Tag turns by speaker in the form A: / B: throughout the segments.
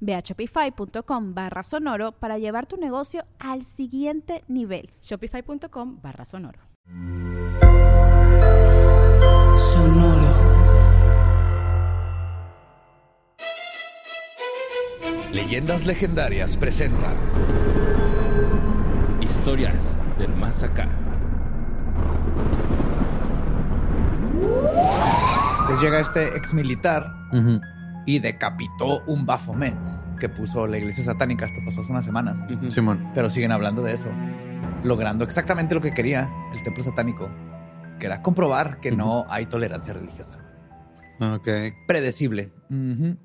A: Ve a shopify.com barra sonoro para llevar tu negocio al siguiente nivel.
B: Shopify.com barra sonoro.
C: Sonoro.
D: Leyendas legendarias presenta Historias del Más Acá.
E: Entonces llega este exmilitar y decapitó un Baphomet que puso la iglesia satánica. Esto pasó hace unas semanas.
F: Simón.
E: Pero siguen hablando de eso, logrando exactamente lo que quería el templo satánico, que era comprobar que no hay tolerancia religiosa.
F: Ok.
E: Predecible. Ujú.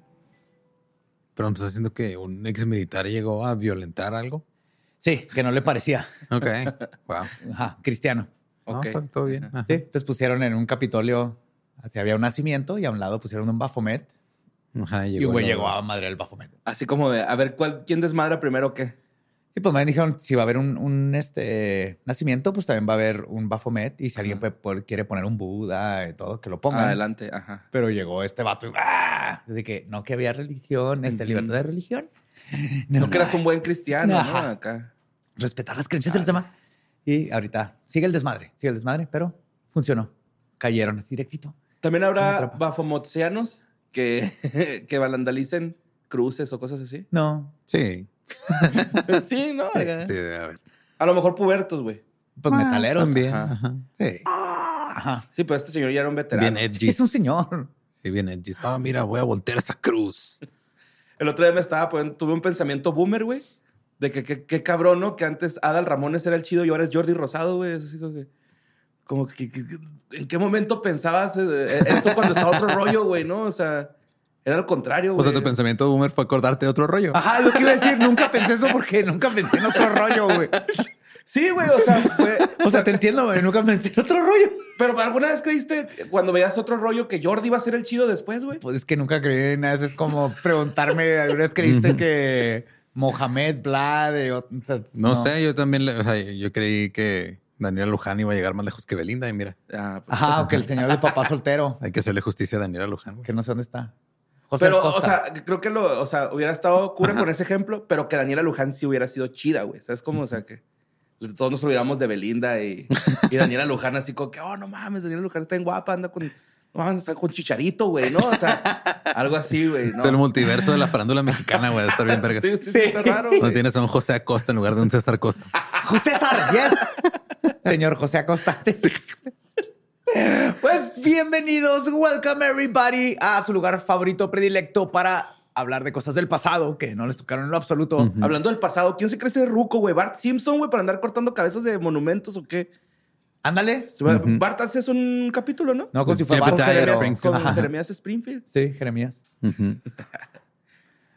F: Pero me estás diciendo que un ex militar llegó a violentar algo.
E: Sí, que no le parecía.
F: Ok. Wow.
E: Ajá, cristiano.
F: No,
C: Ok.
F: está todo bien. Ajá.
E: Sí, entonces pusieron en un capitolio, así había un nacimiento y a un lado pusieron un Baphomet
F: Ah. Ajá,
E: y un güey
F: el-
E: llegó a madre el Baphomet.
C: Así como de, a ver, ¿cuál, ¿quién desmadra primero o qué?
E: Sí, pues me dijeron, si va a haber un, un, este, nacimiento, pues también va a haber un Baphomet. Y si alguien
C: Ajá. Ah,
E: pues, por- quiere poner un Buda y todo, que lo pongan.
C: Adelante, ajá.
E: Pero llegó este vato y ¡ah! Así que no que había religión, este,
C: Ujú.
E: libertad de religión.
C: No,
E: no,
C: que eras un buen cristiano, ¿no?
E: Ajá.
C: Acá.
E: Respetar las creencias del tema. Y ahorita sigue el desmadre, sigue el desmadre, pero funcionó. Cayeron así directito.
C: También
E: Una
C: habrá
E: trampa.
C: bafomotseanos que, que vandalicen cruces o cosas así.
E: No,
F: Sí.
C: sí, ¿no?
F: Sí, sí, a ver.
C: A lo mejor pubertos, güey.
E: pues metaleros.
F: También.
C: ajá.
F: ajá. Sí.
E: Ajá.
C: Sí, pero este señor ya era un veterano.
F: Bien edgy.
E: Es un señor.
F: Sí, bien edgy. Ah, mira, voy a voltear esa cruz.
C: El otro día me estaba poniendo, tuve un pensamiento boomer, güey. De que que- qué cabrón, ¿no? Que antes Adal Ramones era el chido y ahora es Jordi Rosado, güey. Es así como que, como que- que- que- ¿en qué momento pensabas eh, eh, esto cuando estaba otro rollo, güey, no? O sea, era al contrario,
F: O
C: güey.
F: sea, tu pensamiento boomer fue acordarte de otro rollo.
E: Ajá, lo que iba a decir, nunca pensé eso porque nunca pensé en otro rollo, güey.
C: Sí, güey, o sea, fue...
E: O sea, te entiendo, güey, nunca pensé en otro rollo.
C: Pero alguna vez creíste cuando veías otro rollo que Jordi iba a ser el chido después, güey.
E: Pues es que nunca creí en nada. Es como preguntarme, ¿alguna vez creíste que Mohamed Vlad? eh, o- o sea,
F: No, sé, yo también, le- o sea, yo creí que Daniela Luján iba a llegar más lejos que Belinda. Y mira,
C: Ah, pues.
E: Ajá, o que el señor de papá soltero,
F: hay que hacerle justicia a Daniela Luján. güey.
E: que no sé dónde está. José
C: Pero,
E: Costa.
C: o sea, creo que lo, o sea, hubiera estado cura con ese ejemplo, pero que Daniela Luján sí hubiera sido chida, güey. ¿Sabes cómo? O sea, que todos nos olvidamos de Belinda y, y Daniela Luján así como que, oh, no mames, Daniela Luján está en guapa, anda con, no mames, está con chicharito, güey, ¿no? O sea, algo así, güey, ¿no?
F: Es el multiverso de la farándula mexicana, güey. Está bien, verga.
C: Sí, sí, sí, está raro,
F: No
C: güey.
F: tienes a un José Acosta en lugar de un César Costa.
E: José Sar, yes. Señor José Acosta. Pues bienvenidos, welcome everybody a su lugar favorito predilecto para hablar de cosas del pasado que no les tocaron en lo absoluto.
C: Hablando del pasado, ¿quién se cree ese ruco, güey? ¿Bart Simpson, güey, para andar cortando cabezas de monumentos o qué?
E: Ándale.
C: Bart haces un capítulo, ¿no?
E: No, como si fue
F: Jebediah
E: Barco, pero-
F: Springfield.
C: Con
F: Ajá.
C: Jeremías Springfield.
E: Sí, Jeremías.
F: Ujú.
E: Pues,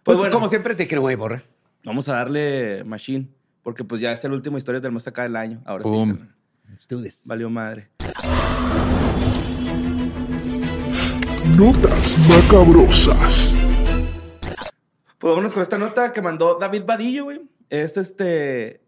C: Pues bueno.
E: como siempre te creo, güey, borre.
C: Vamos a darle Machine, porque pues ya es el último historias del más acá del año. Ahora sí,
F: Boom.
C: carnal. Valió madre.
G: Notas macabrosas.
C: Pues vámonos con esta nota que mandó David Badillo, güey. Es este.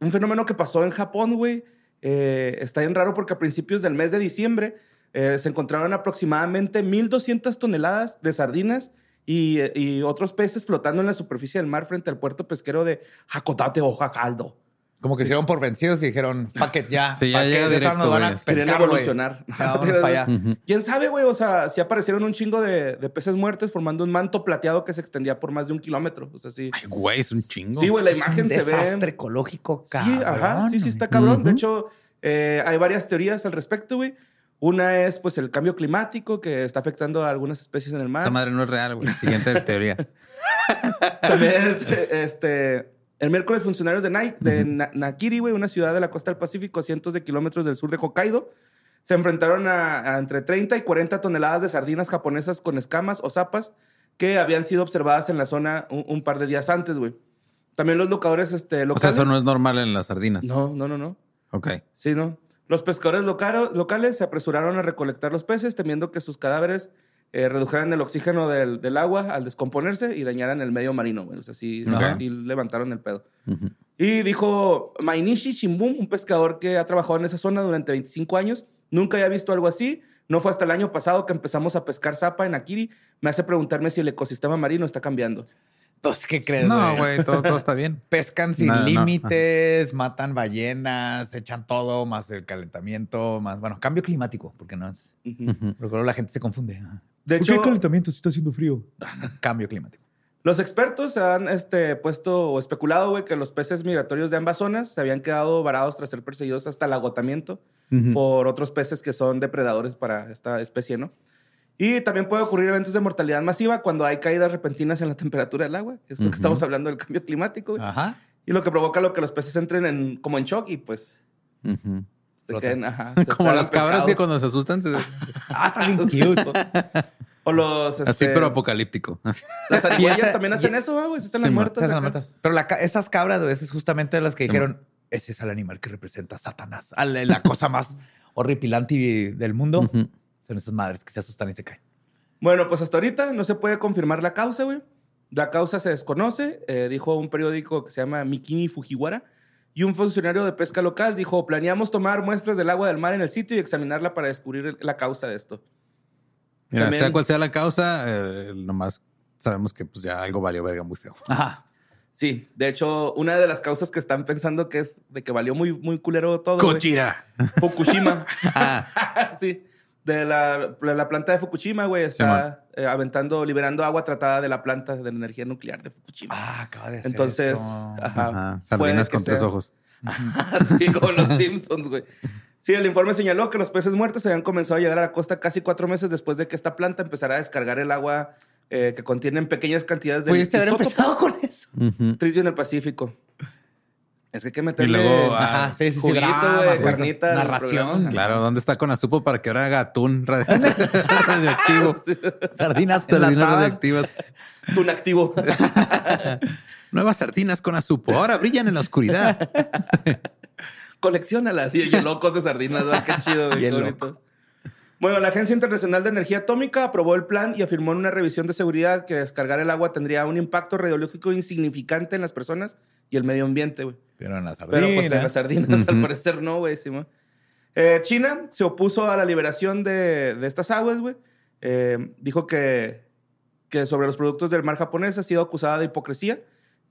C: Un fenómeno que pasó en Japón, güey. Eh, está bien raro porque a principios del mes de diciembre eh, se encontraron aproximadamente 1.200 toneladas de sardinas y, y otros peces flotando en la superficie del mar frente al puerto pesquero de Hakodate o Hakaldo.
E: Como que se dieron por vencidos y dijeron, fuck it, ya.
F: Sí, ya
E: Pa'
F: llega
E: que de tal
F: directo,
E: nos van a
F: güey.
C: Quieren
E: pescar, güey.
C: evolucionar.
E: Ya, vámonos pa'
C: Ah,
E: allá.
F: Ujú.
C: ¿Quién sabe, güey? O sea, sí aparecieron un chingo de, de peces muertos formando un manto plateado que se extendía por más de un kilómetro. O sea, sí.
F: Ay, güey, es un chingo.
C: Sí, güey, la imagen
E: Un
C: se ve.
E: desastre ecológico, cabrón.
C: sí, ajá, sí, sí, está cabrón. De
F: Ujú.
C: hecho, Eh, hay varias teorías al respecto, güey. Una es pues el cambio climático que está afectando a algunas especies en el mar.
F: Esa madre no es real, güey. Siguiente teoría.
C: También es, eh, este. El miércoles, funcionarios de, Nike, de Na- Nakiri, güey, una ciudad de la costa del Pacífico, a cientos de kilómetros del sur de Hokkaido, se enfrentaron a, a entre 30 y 40 toneladas de sardinas japonesas con escamas o zapas que habían sido observadas en la zona un, un par de días antes, güey. También los locadores este,
F: O sea,
C: locales.
F: eso no es normal en las sardinas.
C: no, no, no, no.
F: Ok.
C: Sí, ¿no? Los pescadores locaro- locales se apresuraron a recolectar los peces, temiendo que sus cadáveres eh, redujeran el oxígeno del, del agua al descomponerse y dañaran el medio marino. güey. O sea, sí,
F: Ajá.
C: sí levantaron el pedo.
F: Ujú.
C: Y dijo Mainichi Shimbun, un pescador que ha trabajado en esa zona durante 25 años, nunca había visto algo así. No fue hasta el año pasado que empezamos a pescar zapa en Akiri. Me hace preguntarme si el ecosistema marino está cambiando.
E: Entonces, Pues, ¿qué crees?
F: No, güey, todo, todo está bien.
E: Pescan sin
F: No, no.
E: límites, matan ballenas, echan todo, más el calentamiento, más, bueno, cambio climático, porque no es.
F: Ujú.
E: Recuerdo la gente se confunde. Ajá.
C: De
E: ¿Por qué
C: hecho,
E: calentamiento si está haciendo frío? cambio climático.
C: Los expertos se han este, puesto o especulado, güey, que los peces migratorios de ambas zonas se habían quedado varados tras ser perseguidos hasta el agotamiento por otros peces que son depredadores para esta especie, ¿no? Y también puede ocurrir eventos de mortalidad masiva cuando hay caídas repentinas en la temperatura del agua, que es lo que
F: Ujú. Ah.
C: estamos hablando del cambio climático, güey.
E: Ajá.
C: Y lo que provoca lo que los peces entren en, como en shock y pues
F: Ujú.
C: se
E: Flotan.
C: queden, ajá. se
F: Como
C: salen
F: las cabras que
C: pescados.
F: cuando se asustan, se-
E: Ah, está bien cute.
C: O los...
F: así,
C: este,
F: pero apocalíptico. Así.
C: Las
E: Y esa-
C: anguillas también
F: e-
C: hacen
E: y-
C: eso, ah, güey. Se hacen
F: Sí,
C: las
F: mo-
C: muertas.
E: Esas son las
C: acá.
E: matas. Pero la ca- esas cabras, güey, esas es justamente las que dijeron, ese es el animal que representa a Satanás, a la, la cosa más horripilante y- del mundo.
F: Ujú.
E: Son esas madres que se asustan y se caen.
C: Bueno, pues hasta ahorita no se puede confirmar la causa, güey. La causa se desconoce, eh, dijo un periódico que se llama Mikini Fujiwara. Y un funcionario de pesca local dijo, planeamos tomar muestras del agua del mar en el sitio y examinarla para descubrir el- la causa de esto.
F: Mira,
C: También-
F: sea cual sea la causa, eh, nomás sabemos que pues ya algo valió verga muy feo.
E: Ajá.
C: Sí, de hecho, una de las causas que están pensando que es de que valió muy, muy culero todo. güey.
F: Cochira.
C: Fukushima.
F: Ah,
C: sí. De la, de la planta de Fukushima, güey, está eh, aventando, liberando agua tratada de la planta de la energía nuclear de Fukushima.
E: Ah, acaba de hacer
C: Entonces,
E: eso.
C: ajá,
F: Ajá.
C: puede
F: Sardinas
C: que
F: con tres
C: sea.
F: ojos.
C: Así como los Simpsons, güey. Sí, el informe señaló que los peces muertos habían comenzado a llegar a la costa casi cuatro meses después de que esta planta empezara a descargar el agua eh, que contienen pequeñas cantidades de
E: Pudiste haber
C: isótopos
E: empezado con eso.
F: Ujú.
C: tritio en el Pacífico. Es que hay que meterle
F: luego, ah,
E: Ajá, sí, sí, sí.
C: juguito,
E: drama,
C: güey,
E: justo.
C: carnita al
E: Narración.
C: programa.
F: Claro, ¿dónde está con azupo para que ahora haga atún radi- radioactivo?
E: Sardinas,
F: Sardinas
E: enlatadas.
F: radioactivas.
C: tun activo.
F: Nuevas sardinas con azupo. Ahora brillan en la oscuridad.
C: Colecciónalas. Y locos de sardinas, ¿verdad? Qué chido, güey.
E: Bien
C: qué
E: locos.
C: bonitos. Bueno, la Agencia Internacional de Energía Atómica aprobó el plan y afirmó en una revisión de seguridad que descargar el agua tendría un impacto radiológico insignificante en las personas y el medio ambiente, güey.
E: Pero en las sardinas.
C: Pero pues en las sardinas, al
F: Ujú.
C: parecer, no, güey. sí, mo. Eh, China se opuso a la liberación de, de estas aguas, güey. Eh, dijo que, que sobre los productos del mar japonés ha sido acusada de hipocresía.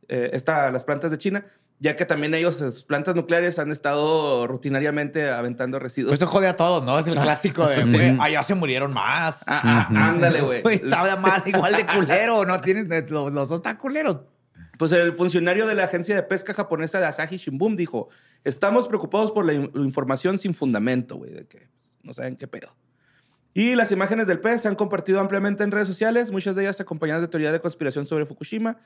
C: eh, esta, las plantas de China, ya que también ellos, en sus plantas nucleares, han estado rutinariamente aventando residuos.
E: Pues eso jode a todos, ¿no? Es el clásico de,
F: Ah. Sí.
E: güey, allá se murieron más.
C: Ah, ah, ándale, güey.
E: Güey, Estaba mal, igual de culero. No tienes, de- los, los dos están culeros.
C: Pues el funcionario de la agencia de pesca japonesa de Asahi Shimbun dijo: Estamos preocupados por la in- información sin fundamento, güey, de que pues, no saben qué pedo. Y las imágenes del pez se han compartido ampliamente en redes sociales, muchas de ellas acompañadas de teoría de conspiración sobre Fukushima.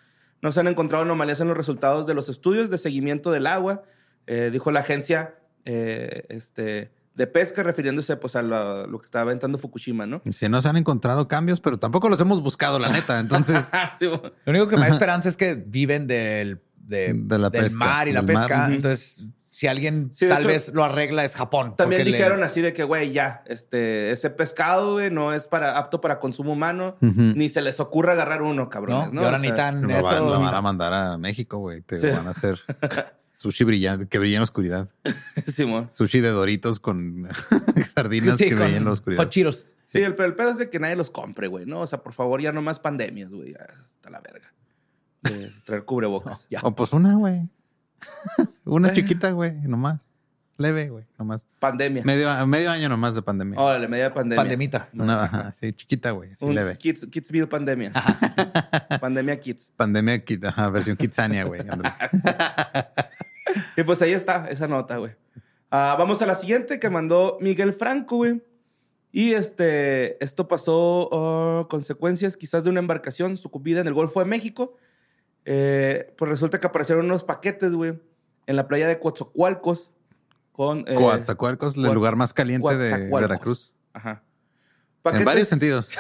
C: No se han encontrado anomalías en los resultados de los estudios de seguimiento del agua, eh, dijo la agencia eh, este, de pesca, refiriéndose pues, a lo, lo que estaba aventando Fukushima, ¿no?
F: Si no se han encontrado cambios, pero tampoco los hemos buscado, la neta. Entonces,
C: Ah, Sí, bueno.
E: Lo único que me da esperanza es que viven del, de-
F: De la
E: del
F: pesca,
E: mar y la
F: del mar.
E: pesca.
F: Ujú.
E: Entonces, si alguien
C: Sí, de
E: tal
C: hecho,
E: vez lo arregla es Japón.
C: También
E: porque le-
C: dijeron así de que, güey, ya, este, ese pescado, güey, no es para, apto para consumo humano,
F: Ujú.
C: ni se les ocurra agarrar uno, cabrones,
E: ¿no?
C: ¿no?
E: Y ahora
C: O
E: ni
C: sea,
E: tan
F: lo, va-
E: eso,
F: lo
E: ni
F: van a
E: tan-
F: mandar a México, güey. Te
C: Sí.
F: van a hacer sushi brillante, que brilla en la oscuridad.
C: Simón.
F: Sushi de doritos con sardinas
E: Sí,
F: que
E: con
F: brillan en la oscuridad.
E: cochiros.
C: Sí, el, el pedo es de que nadie los compre, güey, ¿no? O sea, por favor, ya no más pandemias, güey, ya, hasta la verga. De traer cubrebocas.
E: Ya.
F: O pues una, güey. una chiquita, güey, nomás. Leve, güey, nomás.
C: Pandemia.
F: Medio, medio año nomás de pandemia.
C: Órale, media pandemia.
E: Pandemita.
F: Una, ajá, sí, chiquita, güey, sí,
C: Un
F: leve.
C: kids, kids Bill pandemia. pandemia Kids.
F: Pandemia, kit- ajá, versión Kitsania, güey. ándale.
C: Y pues ahí está esa nota, güey. Ah, vamos a la siguiente que mandó Miguel Franco, güey. Y este, esto pasó ah, consecuencias quizás de una embarcación sucumbida en el Golfo de México. Eh, pues resulta que aparecieron unos paquetes, güey, en la playa de Coatzacoalcos. Con, eh,
F: Coatzacoalcos, el
C: Coat-
F: lugar más caliente de
C: Coatzacoalcos.
F: Veracruz.
C: Ajá.
F: En varios
C: Paquetes-
F: sentidos.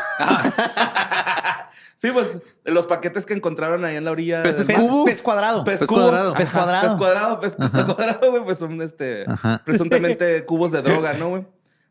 C: Sí, pues los paquetes que encontraron ahí en la orilla.
F: Peces
C: del-
E: Pez,
F: cubo.
E: pez cuadrado.
F: Pez cuadrado.
E: Pez
C: Ajá,
E: cuadrado.
C: Pez cuadrado, pez cuadrado, güey, pues son este,
F: Ajá.
C: presuntamente cubos de droga, ¿no, güey?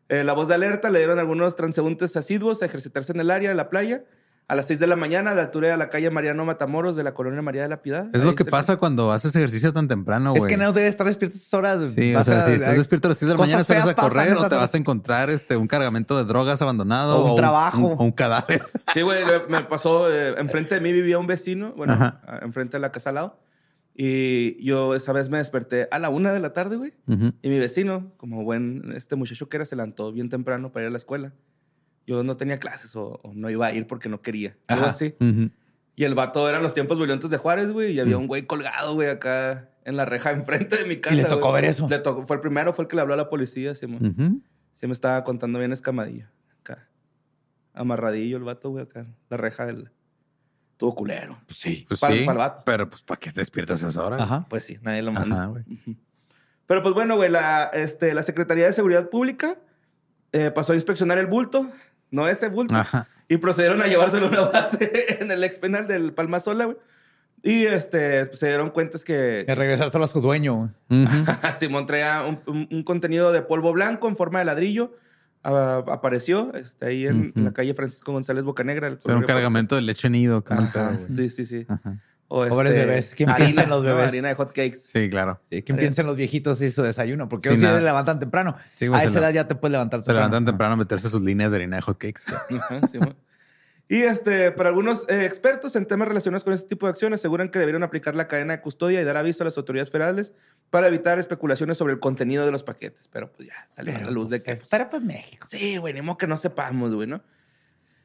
C: Eh, la voz de alerta le dieron a algunos transeúntes asiduos a ejercitarse en el área de la playa a las 6 de la mañana a la altura de la calle Mariano Matamoros de la colonia María de la Piedad.
F: Es
C: Ahí
F: lo que
C: cerca.
F: pasa cuando haces ejercicio tan temprano, güey.
E: Es que no debes estar despierto esas horas.
F: Sí, o
E: Vas
F: sea,
E: a-
F: si estás
E: hay-
F: despierto a las 6 de la
E: cosas
F: mañana, te vas a
E: feas pasan,
F: correr o
E: estás
F: te
E: a-
F: vas a encontrar este, un cargamento de drogas abandonado.
E: O un trabajo.
F: O un cadáver.
C: Sí, güey, le- me pasó. eh, enfrente de mí vivía un vecino, bueno,
F: Ajá.
C: a- enfrente de la casa al lado. Y yo esa vez me desperté a la una de la tarde, güey.
F: Ujú.
C: Y mi vecino, como buen este muchacho que era, se levantó bien temprano para ir a la escuela. Yo no tenía clases o, o no iba a ir porque no quería. Algo
E: Ajá.
C: así.
F: Ujú.
C: Y el vato eran los tiempos violentos de Juárez, güey. Y había un güey colgado, güey, acá en la reja enfrente de mi casa.
E: Mm. le tocó
C: güey.
E: ver eso. Mm.
C: Le tocó, fue el primero, fue el que le habló a la policía. Se me,
F: Ujú.
C: se me estaba contando bien escamadillo. Acá. Amarradillo el vato, güey, acá. La reja del. Tuvo culero.
E: Sí.
F: Pues
C: Pa'l-
F: sí,
C: pa'l vato.
F: pero pues ¿para qué te despiertas a esa hora?
E: Ajá.
C: Pues sí, nadie lo mandó.
F: Ajá, güey.
C: Pero pues bueno, güey, la, este, la Secretaría de Seguridad Pública eh, pasó a inspeccionar el bulto, no ese bulto,
E: Ah.
F: Ajá.
C: y procedieron a llevárselo a una base en el ex penal del Palmazola, güey. Y este, pues, se dieron cuenta es
E: De
C: que
E: regresárselo a su dueño.
F: Ujú.
C: Simón traía un, un- un contenido de polvo blanco en forma de ladrillo. ah, apareció este, ahí en
F: Ujú.
C: la calle Francisco González Bocanegra. el-
F: O sea, un cargamento de leche nido. qué mal
C: pues Ajá,
F: pedo, güey.
C: sí, sí, sí.
F: Ajá.
C: O
E: Pobres bebés. ¿Quién piensa en los
C: ¿no?
E: bebés?
C: Harina de hot cakes.
F: Sí, claro.
E: Sí, que piensen los viejitos y su desayuno, porque
F: Sí,
E: ellos sí
F: nada.
E: se levantan temprano.
F: Sí, güey,
E: a
F: se
E: esa
F: le-
E: edad ya te puedes levantar
F: Se levantan temprano a meterse sus líneas de harina de hotcakes.
C: Ajá, sí, mo- y este, para algunos eh, expertos en temas relacionados con este tipo de acciones, aseguran que debieron aplicar la cadena de custodia y dar aviso a las autoridades federales para evitar especulaciones sobre el contenido de los paquetes. Pero pues ya salió a la luz de que. pues,
E: Pero pues México.
C: sí, güey, ni modo que no sepamos, güey, ¿no?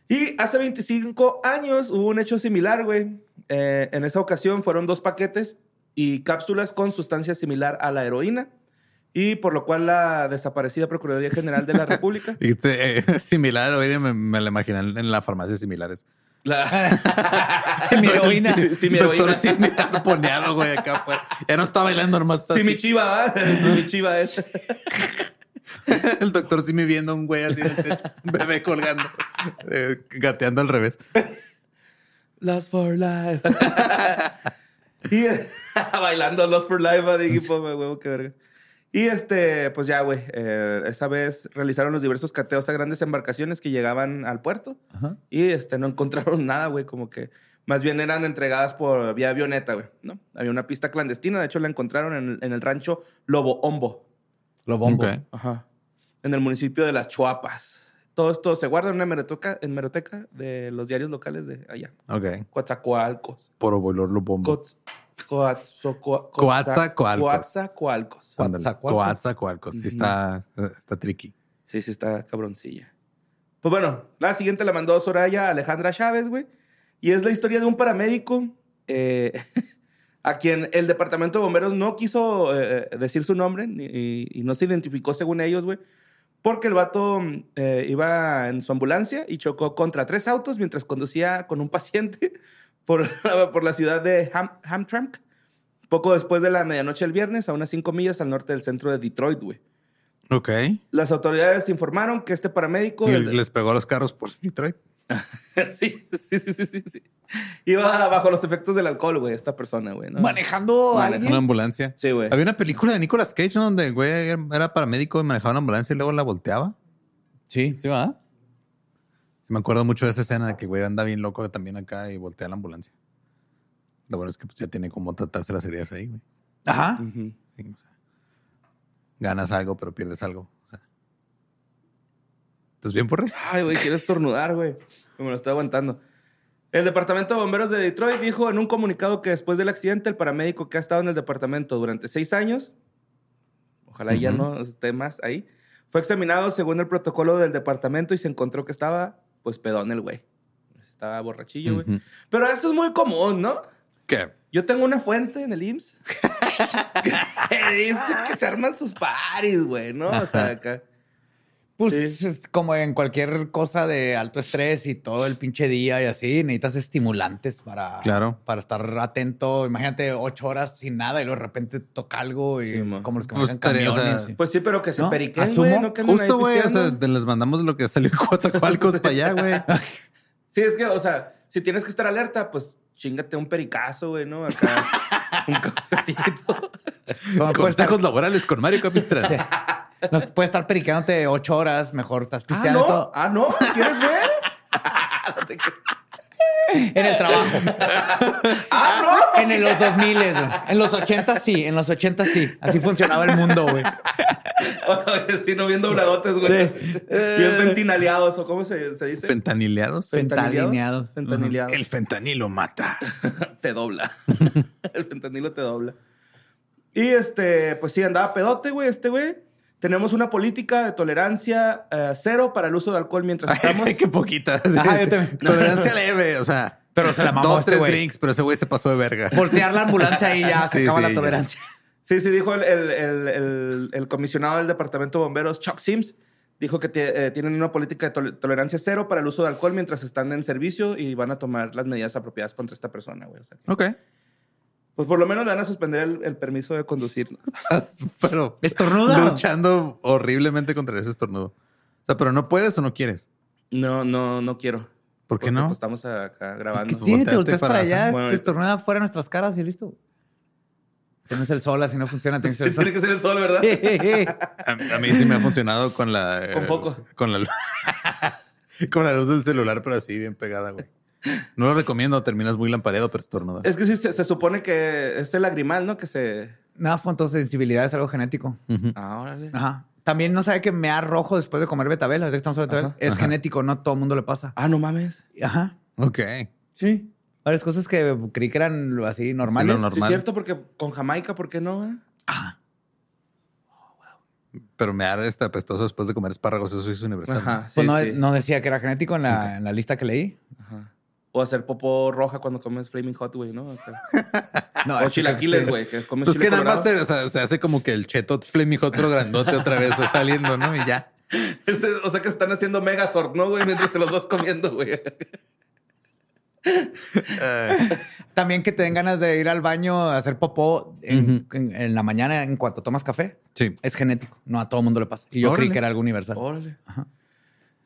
C: Y hace 25 años hubo un hecho similar, güey. Eh, en esa ocasión fueron dos paquetes y cápsulas con sustancia similar a la heroína. Y por lo cual la desaparecida Procuraduría General de la República.
F: Y te- eh, similar, oye, me, me la imaginan en la farmacia similares.
C: La...
E: Sí, mi heroína.
C: Sí, sí, mi heroína.
F: Doctor Simi arponeado, güey, acá afuera. Ya no está bailando, nomás está
C: Sí, mi
F: así.
C: chiva, ¿va? Sí, mi chiva es.
F: El doctor Simi viendo a un güey así, en el techo, un bebé colgando, eh, gateando al revés.
C: Lost for Life. y bailando Lost for Life, ¿va? dije, "Pome, huevo, qué verga. Y este, pues ya, güey, eh, esa vez realizaron los diversos cateos a grandes embarcaciones que llegaban al puerto
E: Ajá.
C: y este, no encontraron nada, güey, como que más bien eran entregadas por vía avioneta, güey, ¿no? Había una pista clandestina, de hecho la encontraron en el, en el rancho Lobo Hombo,
E: Lo bombo.
F: Ok.
C: Ajá. En el municipio de Las Chuapas. Todo esto se guarda en una hemeroteca, en hemeroteca de los diarios locales de allá.
F: Ok.
C: Coatzacoalcos.
F: Por volor lo bombo.
C: Coatz- coatzocoa-
F: Coatzacoalcos.
C: Coatzacoalcos.
F: Ándale. Coatzacoalcos.
C: Ujú.
F: Sí, está, está tricky.
C: Sí, sí, está cabroncilla. Pues bueno, la siguiente la mandó Soraya Alejandra Chávez, güey. Y es la historia de un paramédico eh, a quien el departamento de bomberos no quiso eh, decir su nombre ni- y, y no se identificó según ellos, güey. Porque el vato mm, eh, iba en su ambulancia y chocó contra tres autos mientras conducía con un paciente por, por la ciudad de Ham- Hamtramck, poco después de la medianoche del viernes, a unas cinco millas al norte del centro de Detroit, güey.
F: Ok. Y
C: Las autoridades informaron que este paramédico el-
F: les pegó a los carros por Detroit.
C: sí, sí, sí, sí, sí, sí. iba bajo los efectos del alcohol, güey, esta persona, güey, ¿no?
E: Manejando a
C: Manejando.
F: Una
E: alguien.
F: ambulancia.
C: Sí, güey.
F: Había una película de Nicolas Cage ¿no? donde el güey era paramédico y manejaba una ambulancia y luego la volteaba.
E: Sí.
F: Sí, va. Me acuerdo mucho de esa escena de que el güey anda bien loco también acá y voltea la ambulancia. Lo bueno es que pues, ya tiene como tratarse las heridas ahí, güey.
E: Ajá.
C: Ujú.
F: Sí, o sea, ganas algo, pero pierdes algo. O sea. ¿Estás bien, porre?
C: Ay, güey, quiero estornudar, güey. Me lo estoy aguantando. El Departamento de Bomberos de Detroit dijo en un comunicado que después del accidente, el paramédico que ha estado en el departamento durante seis años, ojalá ya
F: Ujú.
C: no esté más ahí, fue examinado según el protocolo del departamento y se encontró que estaba, pues, pedón el güey. Estaba borrachillo, güey.
F: Ujú.
C: Pero eso es muy común, ¿no?
F: ¿Qué?
C: Yo tengo una fuente en el IMSS que dice que se arman sus paris, güey, ¿no? O sea, acá.
E: Pues es como en cualquier cosa de alto estrés y todo el pinche día y así, necesitas estimulantes para,
F: Claro.
E: para estar atento. Imagínate ocho horas sin nada y luego de repente toca algo y
C: Sí, man.
E: como los que
F: Pues
E: manejan
F: estaría, o sea,
E: camiones. y-
C: Pues sí, pero que se
E: ¿No?
C: periquen,
E: Asumo.
C: güey. No que anden ahí
F: Justo, güey. O sea,
C: pisteando.
F: te les mandamos lo que salió en Coatzacoalcos para allá, güey.
C: Sí, es que, o sea, si tienes que estar alerta, pues chingate un pericazo, güey, ¿no? Acá. un cafecito.
E: Como puede estar-
F: Consejos laborales con Mario Capistrán.
E: no, puede estar periqueándote ocho horas, mejor estás
C: Ah,
E: pisteando
C: no.
E: todo
C: Ah, no. ¿Quieres ver?
E: en el trabajo.
C: Ah, no.
E: En el- los 2000, güey. en los 80 sí, en los 80 sí. Así funcionaba el mundo, güey.
C: Oye, sí, no bien dobladotes, güey. Bien pentinaleados, o cómo se, se dice.
F: Fentanileados.
E: Fentanileados.
C: Fentanileados.
F: El fentanilo mata.
C: te dobla. el fentanilo te dobla. Y este, pues sí, andaba pedote, güey, este güey. Tenemos una política de tolerancia eh, cero para el uso de alcohol mientras estamos.
F: Ay, qué poquita.
C: Ah,
E: Ajá, yo también.
F: Tolerancia leve, o sea.
E: Pero se la mamó
F: Dos,
E: este
F: tres
E: güey.
F: drinks, pero ese güey se pasó de verga.
E: Voltear la ambulancia y ya se
F: Sí,
E: acaba
F: sí,
E: la
F: ya.
E: tolerancia.
C: Sí, sí, dijo el, el- el- el- el comisionado del Departamento de Bomberos, Chuck Sims, dijo que te- eh, tienen una política de tol- tolerancia cero para el uso de alcohol mientras están en servicio y van a tomar las medidas apropiadas contra esta persona, güey. O sea, que-
F: Ok.
C: pues por lo menos le van a suspender el, el permiso de conducir.
F: Pero
E: Estornuda.
F: luchando horriblemente contra ese estornudo. O sea, pero no puedes o no quieres.
C: No, no, no quiero.
F: ¿Por qué
C: Porque,
F: no?
C: pues, estamos acá grabando.
F: ¿Qué
E: Sí, te
F: voltearte
E: volteas Ah, para,
F: para-
E: allá,
C: Bueno,
E: te estornuda fuera de nuestras caras y listo. Que no es el sol, así no funciona, tiene que ser el sol.
C: Tiene que ser el sol, ¿verdad?
F: A, a mí sí me ha funcionado con la. eh,
C: Con poco.
F: Con la, lu- con la luz del celular, pero así bien pegada, güey. No lo recomiendo, terminas muy lampareado, pero estornudas.
C: Es que sí, se, se supone que es el lagrimal, ¿no? Que se.
E: No, fotosensibilidad es algo genético.
F: Ujú.
C: Ah, órale.
E: Ajá. También no sabe que mea rojo después de comer betabel. ahorita que estamos hablando de betabel, Es
F: Ajá.
E: genético, no todo el mundo le pasa.
C: Ah, no mames.
E: Ajá.
F: Ok.
E: Sí. Varias cosas que creí que eran lo así normales.
F: Sí, lo normal.
C: Sí, es cierto, porque con Jamaica, ¿por qué no? eh?
F: Pero me da este apestoso después de comer espárragos, eso es universal.
C: Ajá. Sí,
E: Pues no,
C: sí.
E: no decía que era genético en la, en la lista que leí.
C: Ajá. O hacer popó roja cuando comes Flaming Hot, güey, ¿no? Acá.
E: No,
C: o
E: es que creo que
C: chilaquiles,
E: Ah, sí.
C: güey, que comes
F: Pues
C: chile
F: que nada más
C: colorado.
F: se, o sea, se hace como que el cheto Fleming Hot, pero grandote otra vez saliendo, ¿no? Y ya.
C: Ese- O sea, que están haciendo Megazord, ¿no, güey? Mientras te los vas comiendo, güey.
E: También que te den ganas de ir al baño a hacer popó en, en- en la mañana en cuanto tomas café.
F: Sí.
E: Es genético. No a todo mundo le pasa. Y yo creí
F: Órale.
E: que era algo universal. pues
C: Órale.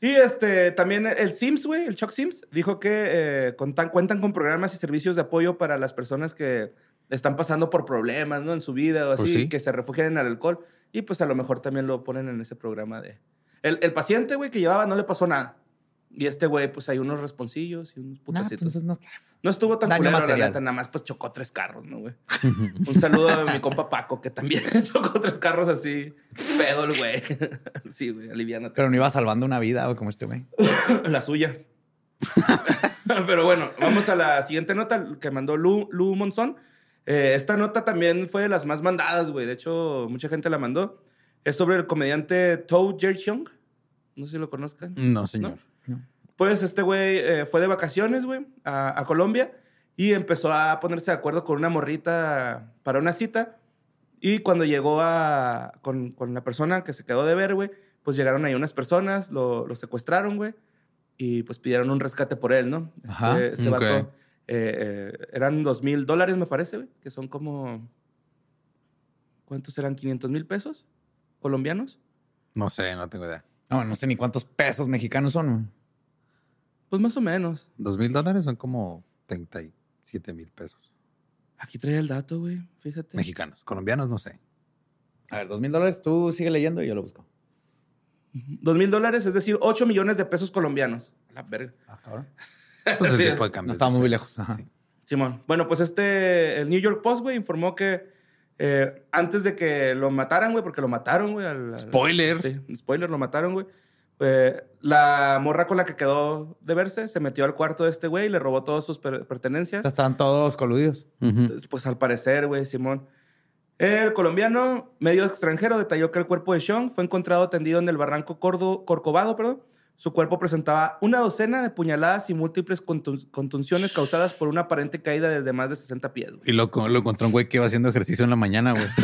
C: Y este, también el Sims, güey, el Chuck Sims, dijo que eh, contan- cuentan con programas y servicios de apoyo para las personas que están pasando por problemas, ¿no? En su vida o así,
F: Pues sí.
C: que se refugian en el alcohol. Y pues a lo mejor también lo ponen en ese programa de... El, el paciente, güey, que llevaba no le pasó nada. Y este güey, pues hay unos responsillos y unos
E: Nah, pues,
C: putacitos.
E: entonces no.
C: No estuvo tan
E: Daño
C: culero, la
E: material.
C: neta, nada más pues chocó tres carros, ¿no, güey? Un saludo a mi compa Paco, que también chocó tres carros así, pedo el güey. Sí, güey, aliviánate.
E: Pero no iba salvando una vida güey, como este güey.
C: La suya. Pero bueno, vamos a la siguiente nota que mandó Lu, Lu Monzón. Eh, esta nota también fue de las más mandadas, güey. De hecho, mucha gente la mandó. Es sobre el comediante Tou Jerchung. No sé si lo conozcan.
F: No, señor.
C: Pues este güey eh, fue de vacaciones, güey, a, a Colombia y empezó a ponerse de acuerdo con una morrita para una cita. Y cuando llegó a, con, con la persona que se quedó de ver, güey, pues llegaron ahí unas personas, lo, lo secuestraron, güey, y pues pidieron un rescate por él, ¿no? Este-
E: Ajá,
C: este
F: ok.
C: vato, eh, eh, eran dos mil dólares, me parece, güey, que son como. ¿Cuántos eran? ¿500 mil pesos colombianos?
F: No sé, no tengo idea.
E: No, no sé ni cuántos pesos mexicanos son. güey.
C: Pues más o menos.
F: Dos mil dólares son como 37 mil pesos.
C: Aquí trae el dato, güey, fíjate.
F: Mexicanos. Colombianos, no sé.
E: A ver, dos mil dólares. Tú sigue leyendo y yo lo busco.
C: Dos mil dólares, es decir, 8 millones de pesos colombianos. A La verga.
F: Pues el
C: Sí.
F: tipo de cambio.
E: No
F: es
E: estamos muy
F: diferente.
E: lejos. Ajá.
F: Sí.
C: Simón. Bueno, pues este, el New York Post, güey, informó que eh, antes de que lo mataran, güey, porque lo mataron, güey. al- al-
F: Spoiler.
C: sí, spoiler, lo mataron, güey. Eh, la morra con la que quedó de verse se metió al cuarto de este güey y le robó todas sus per- pertenencias.
E: Están todos coludidos.
F: Ujú.
C: Pues, Pues al parecer, güey, Simón. El colombiano, medio extranjero, detalló que el cuerpo de Sean fue encontrado tendido en el barranco Cordo- Corcovado, perdón, Su cuerpo presentaba una docena de puñaladas y múltiples contun- contunciones causadas por una aparente caída desde más de 60 pies. güey.
F: Y lo, lo encontró un güey que iba haciendo ejercicio en la mañana, güey.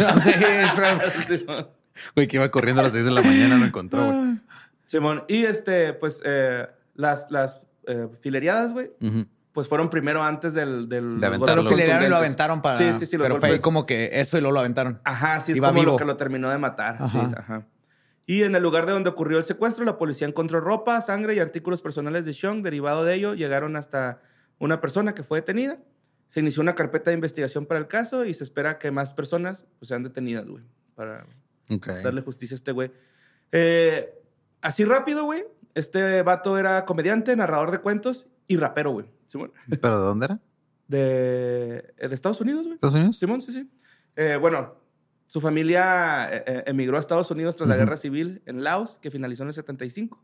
F: Güey, que iba corriendo a las 6 de la mañana, lo encontró, güey.
C: Simón, y este, pues eh, las, las eh, filereadas, güey,
F: Ujú.
C: pues fueron primero antes del... del
F: De
C: los
F: aventarlo.
C: golpes
F: Los
E: que le dieron y lo
C: contundentes.
E: aventaron para.
C: Sí, sí, sí, los
E: Pero fue
C: golpes.
E: como que eso y luego lo aventaron.
C: Ajá, sí, es
E: Iba
C: como lo
E: vivo.
C: que lo terminó de matar. sí,
E: Ajá.
C: ajá. Y en el lugar de donde ocurrió el secuestro, la policía encontró ropa, sangre y artículos personales de Sean. Derivado de ello, llegaron hasta una persona que fue detenida. Se inició una carpeta de investigación para el caso y se espera que más personas pues, sean detenidas, güey, para
F: Ok.
C: darle justicia a este güey. Eh, así rápido, güey, este vato era comediante, narrador de cuentos y rapero, güey. Simón.
F: ¿Pero de dónde era?
C: De, de Estados Unidos, güey.
F: ¿Estados Unidos?
C: Simón, sí, sí. Eh, bueno, su familia eh, eh, emigró a Estados Unidos tras la
F: Ujú.
C: guerra civil en Laos, que finalizó en el 75.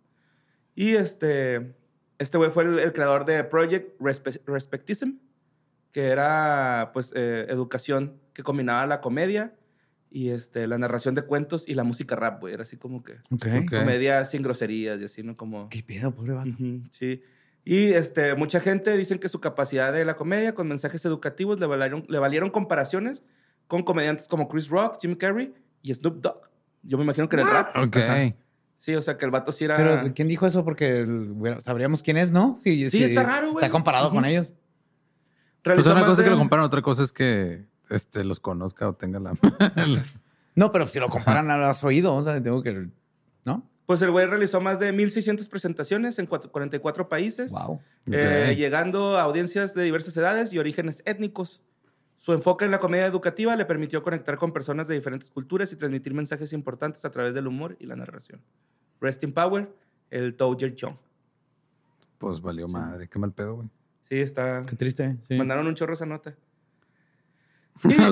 C: Y este, este güey fue el, el creador de Project Respe- Respectism, que era pues eh, educación que combinaba la comedia y este, la narración de cuentos y la música rap, güey. Era así como que
E: Ok.
F: Ok.
C: comedia sin groserías y así, ¿no? Como...
E: ¿Qué pedo, pobre vato?
C: Ujú, sí. Y este, mucha gente dicen que su capacidad de la comedia con mensajes educativos le valieron, le valieron comparaciones con comediantes como Chris Rock, Jim Carrey y Snoop Dogg. Yo me imagino que en el rap.
F: Ok.
C: Ajá. Sí, o sea, que el vato sí era...
E: Pero ¿quién dijo eso? Porque bueno, sabríamos quién es, ¿no? Si,
C: Sí,
E: si
C: está raro, güey.
E: Está comparado con
C: Ujú.
E: ellos.
F: Pues
C: Realizó
F: una
C: más
F: cosa es que
C: de-
F: lo comparan, otra cosa es que este, los conozca o tenga
C: Eh,
F: la.
E: No, pero si lo comparan, lo has oído. O sea, tengo que. ¿No?
C: Pues el güey realizó más de 1.600 presentaciones en cuatro- 44 países.
E: Wow.
C: eh,
F: Ok.
C: llegando a audiencias de diversas edades y orígenes étnicos. Su enfoque en la comedia educativa le permitió conectar con personas de diferentes culturas y transmitir mensajes importantes a través del humor y la narración. Rest in Power, el Toger Chong.
F: Pues valió madre. Qué mal pedo, güey.
C: Sí, está.
E: Qué triste. sí.
C: Mandaron un chorro esa nota.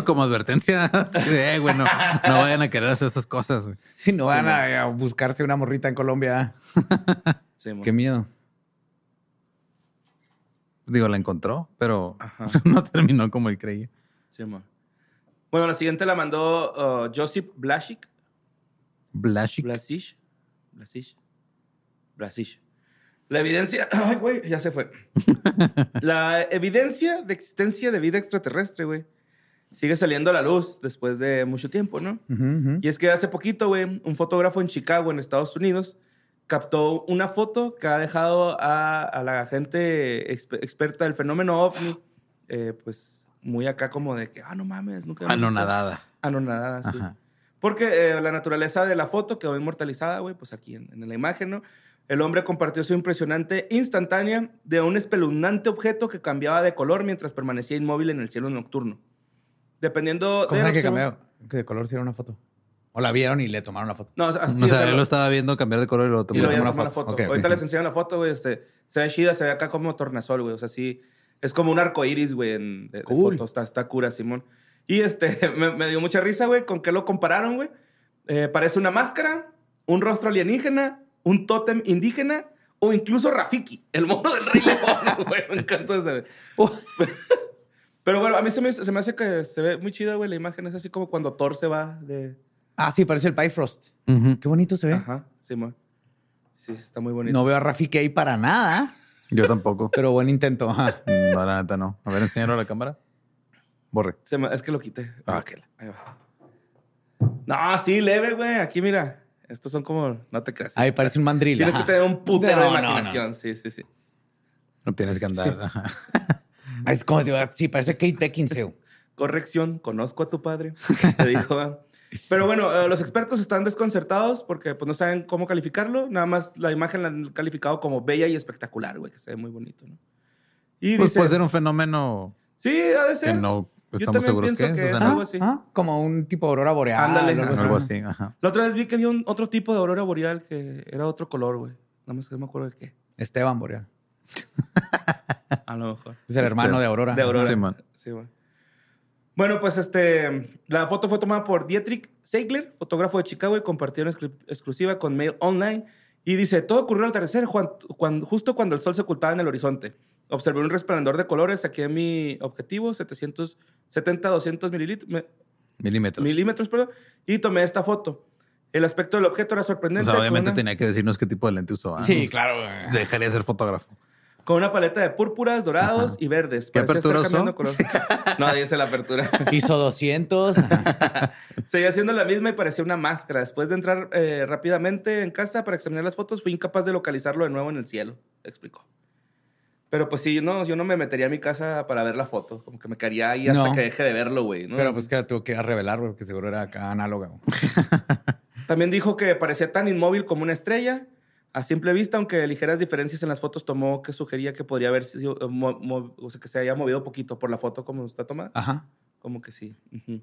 F: Como advertencia. así de, "Eh, güey, no, no vayan a querer hacer esas cosas, güey.
E: Si no van a, a buscarse una morrita en Colombia.
C: Sí, mon.
E: Qué miedo.
F: Digo, la encontró, pero no terminó como él creía.
C: Sí, mon. Bueno, la siguiente la mandó uh, Josip Blasic.
F: Blashic.
C: Blasic. Blasic. Blasic. La evidencia. Ay, güey, ya se fue. la evidencia de existencia de vida extraterrestre, güey, sigue saliendo a la luz después de mucho tiempo, ¿no?
E: Ujú, ujú.
C: Y es que hace poquito, güey, un fotógrafo en Chicago, en Estados Unidos, captó una foto que ha dejado a, a la gente exper- experta del fenómeno ovni, eh, pues muy acá como de que, ah, no mames, nunca. había visto".
F: Anonadada.
C: Anonadada, sí.
F: Ajá.
C: Porque eh, la naturaleza de la foto quedó inmortalizada, güey, pues aquí en, en la imagen, ¿no? El hombre compartió su impresionante instantánea de un espeluznante objeto que cambiaba de color mientras permanecía inmóvil en el cielo nocturno. Dependiendo
E: ¿Cómo saben que
C: observa-
E: cambió? Que de color hicieron una foto. O la vieron y le tomaron la foto.
C: No, o sea, así,
F: No, o
C: o sea,
F: sea, él
C: lo-
F: lo estaba viendo cambiar de color y lo tomó
C: y luego ya
E: tomó
C: tomó
E: la
C: la foto.
E: foto. Ok,
C: Ahorita
E: ok.
C: les enseño la foto, güey. Este, se ve chida, se ve acá como tornasol, güey. O sea, sí, es como un arco iris, güey, en- de, de
E: Cool.
C: foto. Está, está cura, Simón. Y este, me, me dio mucha risa, güey, con qué lo compararon, güey. Eh, parece una máscara, un rostro alienígena, un tótem indígena o incluso Rafiki, el mono del Rey León, güey. Me encanta ese, güey. Pero bueno, a mí se me, se me hace que se ve muy chida, güey, la imagen. Es así como cuando Thor se va de...
E: Ah, sí, parece el Bifrost.
F: Ujú.
E: Qué bonito se ve.
C: Ajá, Simón. Sí, está muy bonito.
E: No veo a Rafi Kay para nada,
F: Yo tampoco.
E: pero buen intento. ajá.
F: No, la neta no. A ver, enséñalo a la cámara. Borre.
C: Se me- es que lo quité.
F: Ah, que la-
C: Ahí va. No, sí, leve, güey. Aquí, mira. Estos son como... No te creas.
E: Ahí parece un mandril.
C: Tienes
E: ajá.
C: que tener un putero
E: No,
C: de
E: no,
C: imaginación. Sí, sí, sí.
F: No tienes que andar. Ajá.
E: Ah, Es como, sí, parece Kate Beckinsale.
C: Corrección, conozco a tu padre. Te dijo. ah. Pero bueno, eh, los expertos están desconcertados porque pues no saben cómo calificarlo. Nada más la imagen la han calificado como bella y espectacular, güey. Que se ve muy bonito, ¿no? Y
F: Pues
C: dice...
F: puede ser un fenómeno
C: Sí, ha de
F: que
C: ser.
F: no
C: Yo
F: estamos
C: también
F: seguros que
C: pienso
F: es.
C: que
F: o sea,
C: es
F: no-
C: algo así.
E: Ah, Como un tipo de aurora boreal.
C: Ándale,
E: o
C: ajá.
F: Algo así, ajá.
C: La otra vez vi que había un, otro tipo de aurora boreal que era otro color, güey. Nada más que no me acuerdo de qué.
E: Esteban Boreal.
C: A lo mejor.
E: Es
F: Este,
E: el hermano de Aurora.
C: De Aurora.
F: Sí, man.
C: Sí, man. Bueno, pues este, la foto fue tomada por Dietrich Seigler, fotógrafo de Chicago, y compartieron exclu- exclusiva con Mail Online. Y dice, todo ocurrió al atardecer, Juan- cuan- justo cuando el sol se ocultaba en el horizonte. Observé un resplandor de colores, aquí en mi objetivo, 770, 200 mililitros, me-
F: Milímetros.
C: milímetros, perdón, y tomé esta foto. El aspecto del objeto era
F: O
C: sorprendente.
F: sea,
C: con
F: obviamente
C: una-
F: tenía que decirnos qué tipo de lente usaba.
E: Sí,
F: Pues,
E: claro, güey.
F: Dejaría de ser fotógrafo.
C: Con una paleta de púrpuras, dorados y verdes.
F: ¿Qué
C: Parecía estar
F: apertura
C: cambiando
F: usó?
C: color. No, dice la apertura.
E: Hizo 200.
C: Seguía haciendo la misma y parecía una máscara. Después de entrar eh, rápidamente en casa para examinar las fotos, fui incapaz de localizarlo de nuevo en el cielo, explicó. Pero pues sí, yo no, yo no me metería a mi casa para ver la foto. Como que me quedaría ahí hasta
E: No.
C: que deje de verlo, güey. ¿no?
E: Pero pues que la tuvo que ir a revelar, güey, porque seguro era acá análoga. güey.
C: También dijo que parecía tan inmóvil como una estrella. A simple vista, aunque ligeras diferencias en las fotos tomó que sugería que podría haber sido, eh, mo- mo- o sea, que se haya movido poquito por la foto como está tomada.
E: Ajá.
C: Como que sí. Ujú.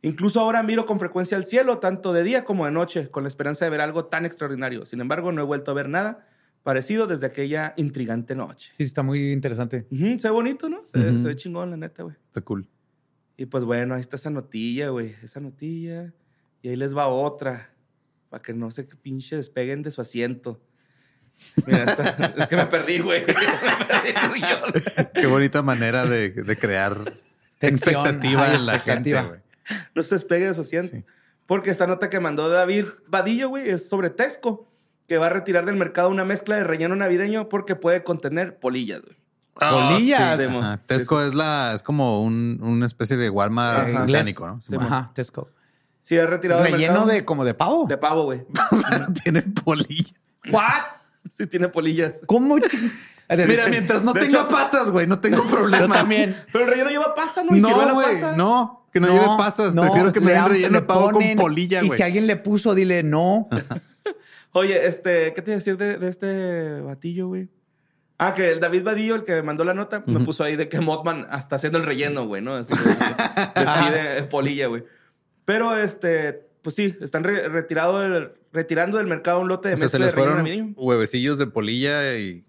C: Incluso ahora miro con frecuencia al cielo, tanto de día como de noche, con la esperanza de ver algo tan extraordinario. Sin embargo, no he vuelto a ver nada parecido desde aquella intrigante noche.
E: Sí, está muy interesante.
C: Ujú, Se ve bonito, ¿no? Se,
F: Ujú.
C: se ve chingón, la neta, güey.
F: Está cool.
C: Y pues bueno, ahí está esa notilla, güey. Esa notilla. Y ahí les va otra. Para que no se pinche despeguen de su asiento. Mira, esta- es que me perdí, güey. Me perdí el guión.
F: Qué bonita manera de, de crear
E: Tensión.
F: expectativa
E: Ay,
F: en la
E: expectativa.
F: gente, güey.
C: No se despegue de su asiento.
F: Sí.
C: Porque esta nota que mandó David Vadillo, güey, es sobre Tesco, que va a retirar del mercado una mezcla de relleno navideño porque puede contener polillas, güey.
F: Ah,
E: Polillas.
F: sí, ajá. Tesco es la, es como un, una especie de Walmart
C: Ajá.
F: británico, ¿no?
C: Sí,
E: Ajá, Tesco.
C: Sí, ha retirado del
E: Relleno
C: mercado
E: de como de pavo.
C: de pavo, güey.
F: Pero tiene polillas.
E: ¿What?
C: Sí, tiene polillas.
E: ¿Cómo? chi-
F: Mira, mientras no
C: de
F: tenga
C: hecho-
F: pasas, güey, no tengo problema.
E: Yo también.
C: Pero el relleno lleva pasa, ¿no? Y si
F: No,
C: la
F: güey,
C: pasa-
F: no, que no, lleve pasas. Prefiero que me
E: le
F: den
E: dan-
F: relleno
E: le
F: de pavo
E: ponen-
F: con polilla,
E: Y si
F: güey.
E: alguien le puso, dile no.
C: Oye, este, ¿qué te iba a decir de, de este batillo, güey? Ah, que el David Vadillo, el que mandó la nota, me puso ahí de que Mothman hasta haciendo el relleno, güey, ¿no? Así que despide eh, polilla, güey. Pero este, pues sí, están re- retirado del- retirando del mercado un lote de
F: O sea, se
C: mezcla
F: les
C: de
F: fueron
C: relleno navideño.
F: huevecillos de polilla y,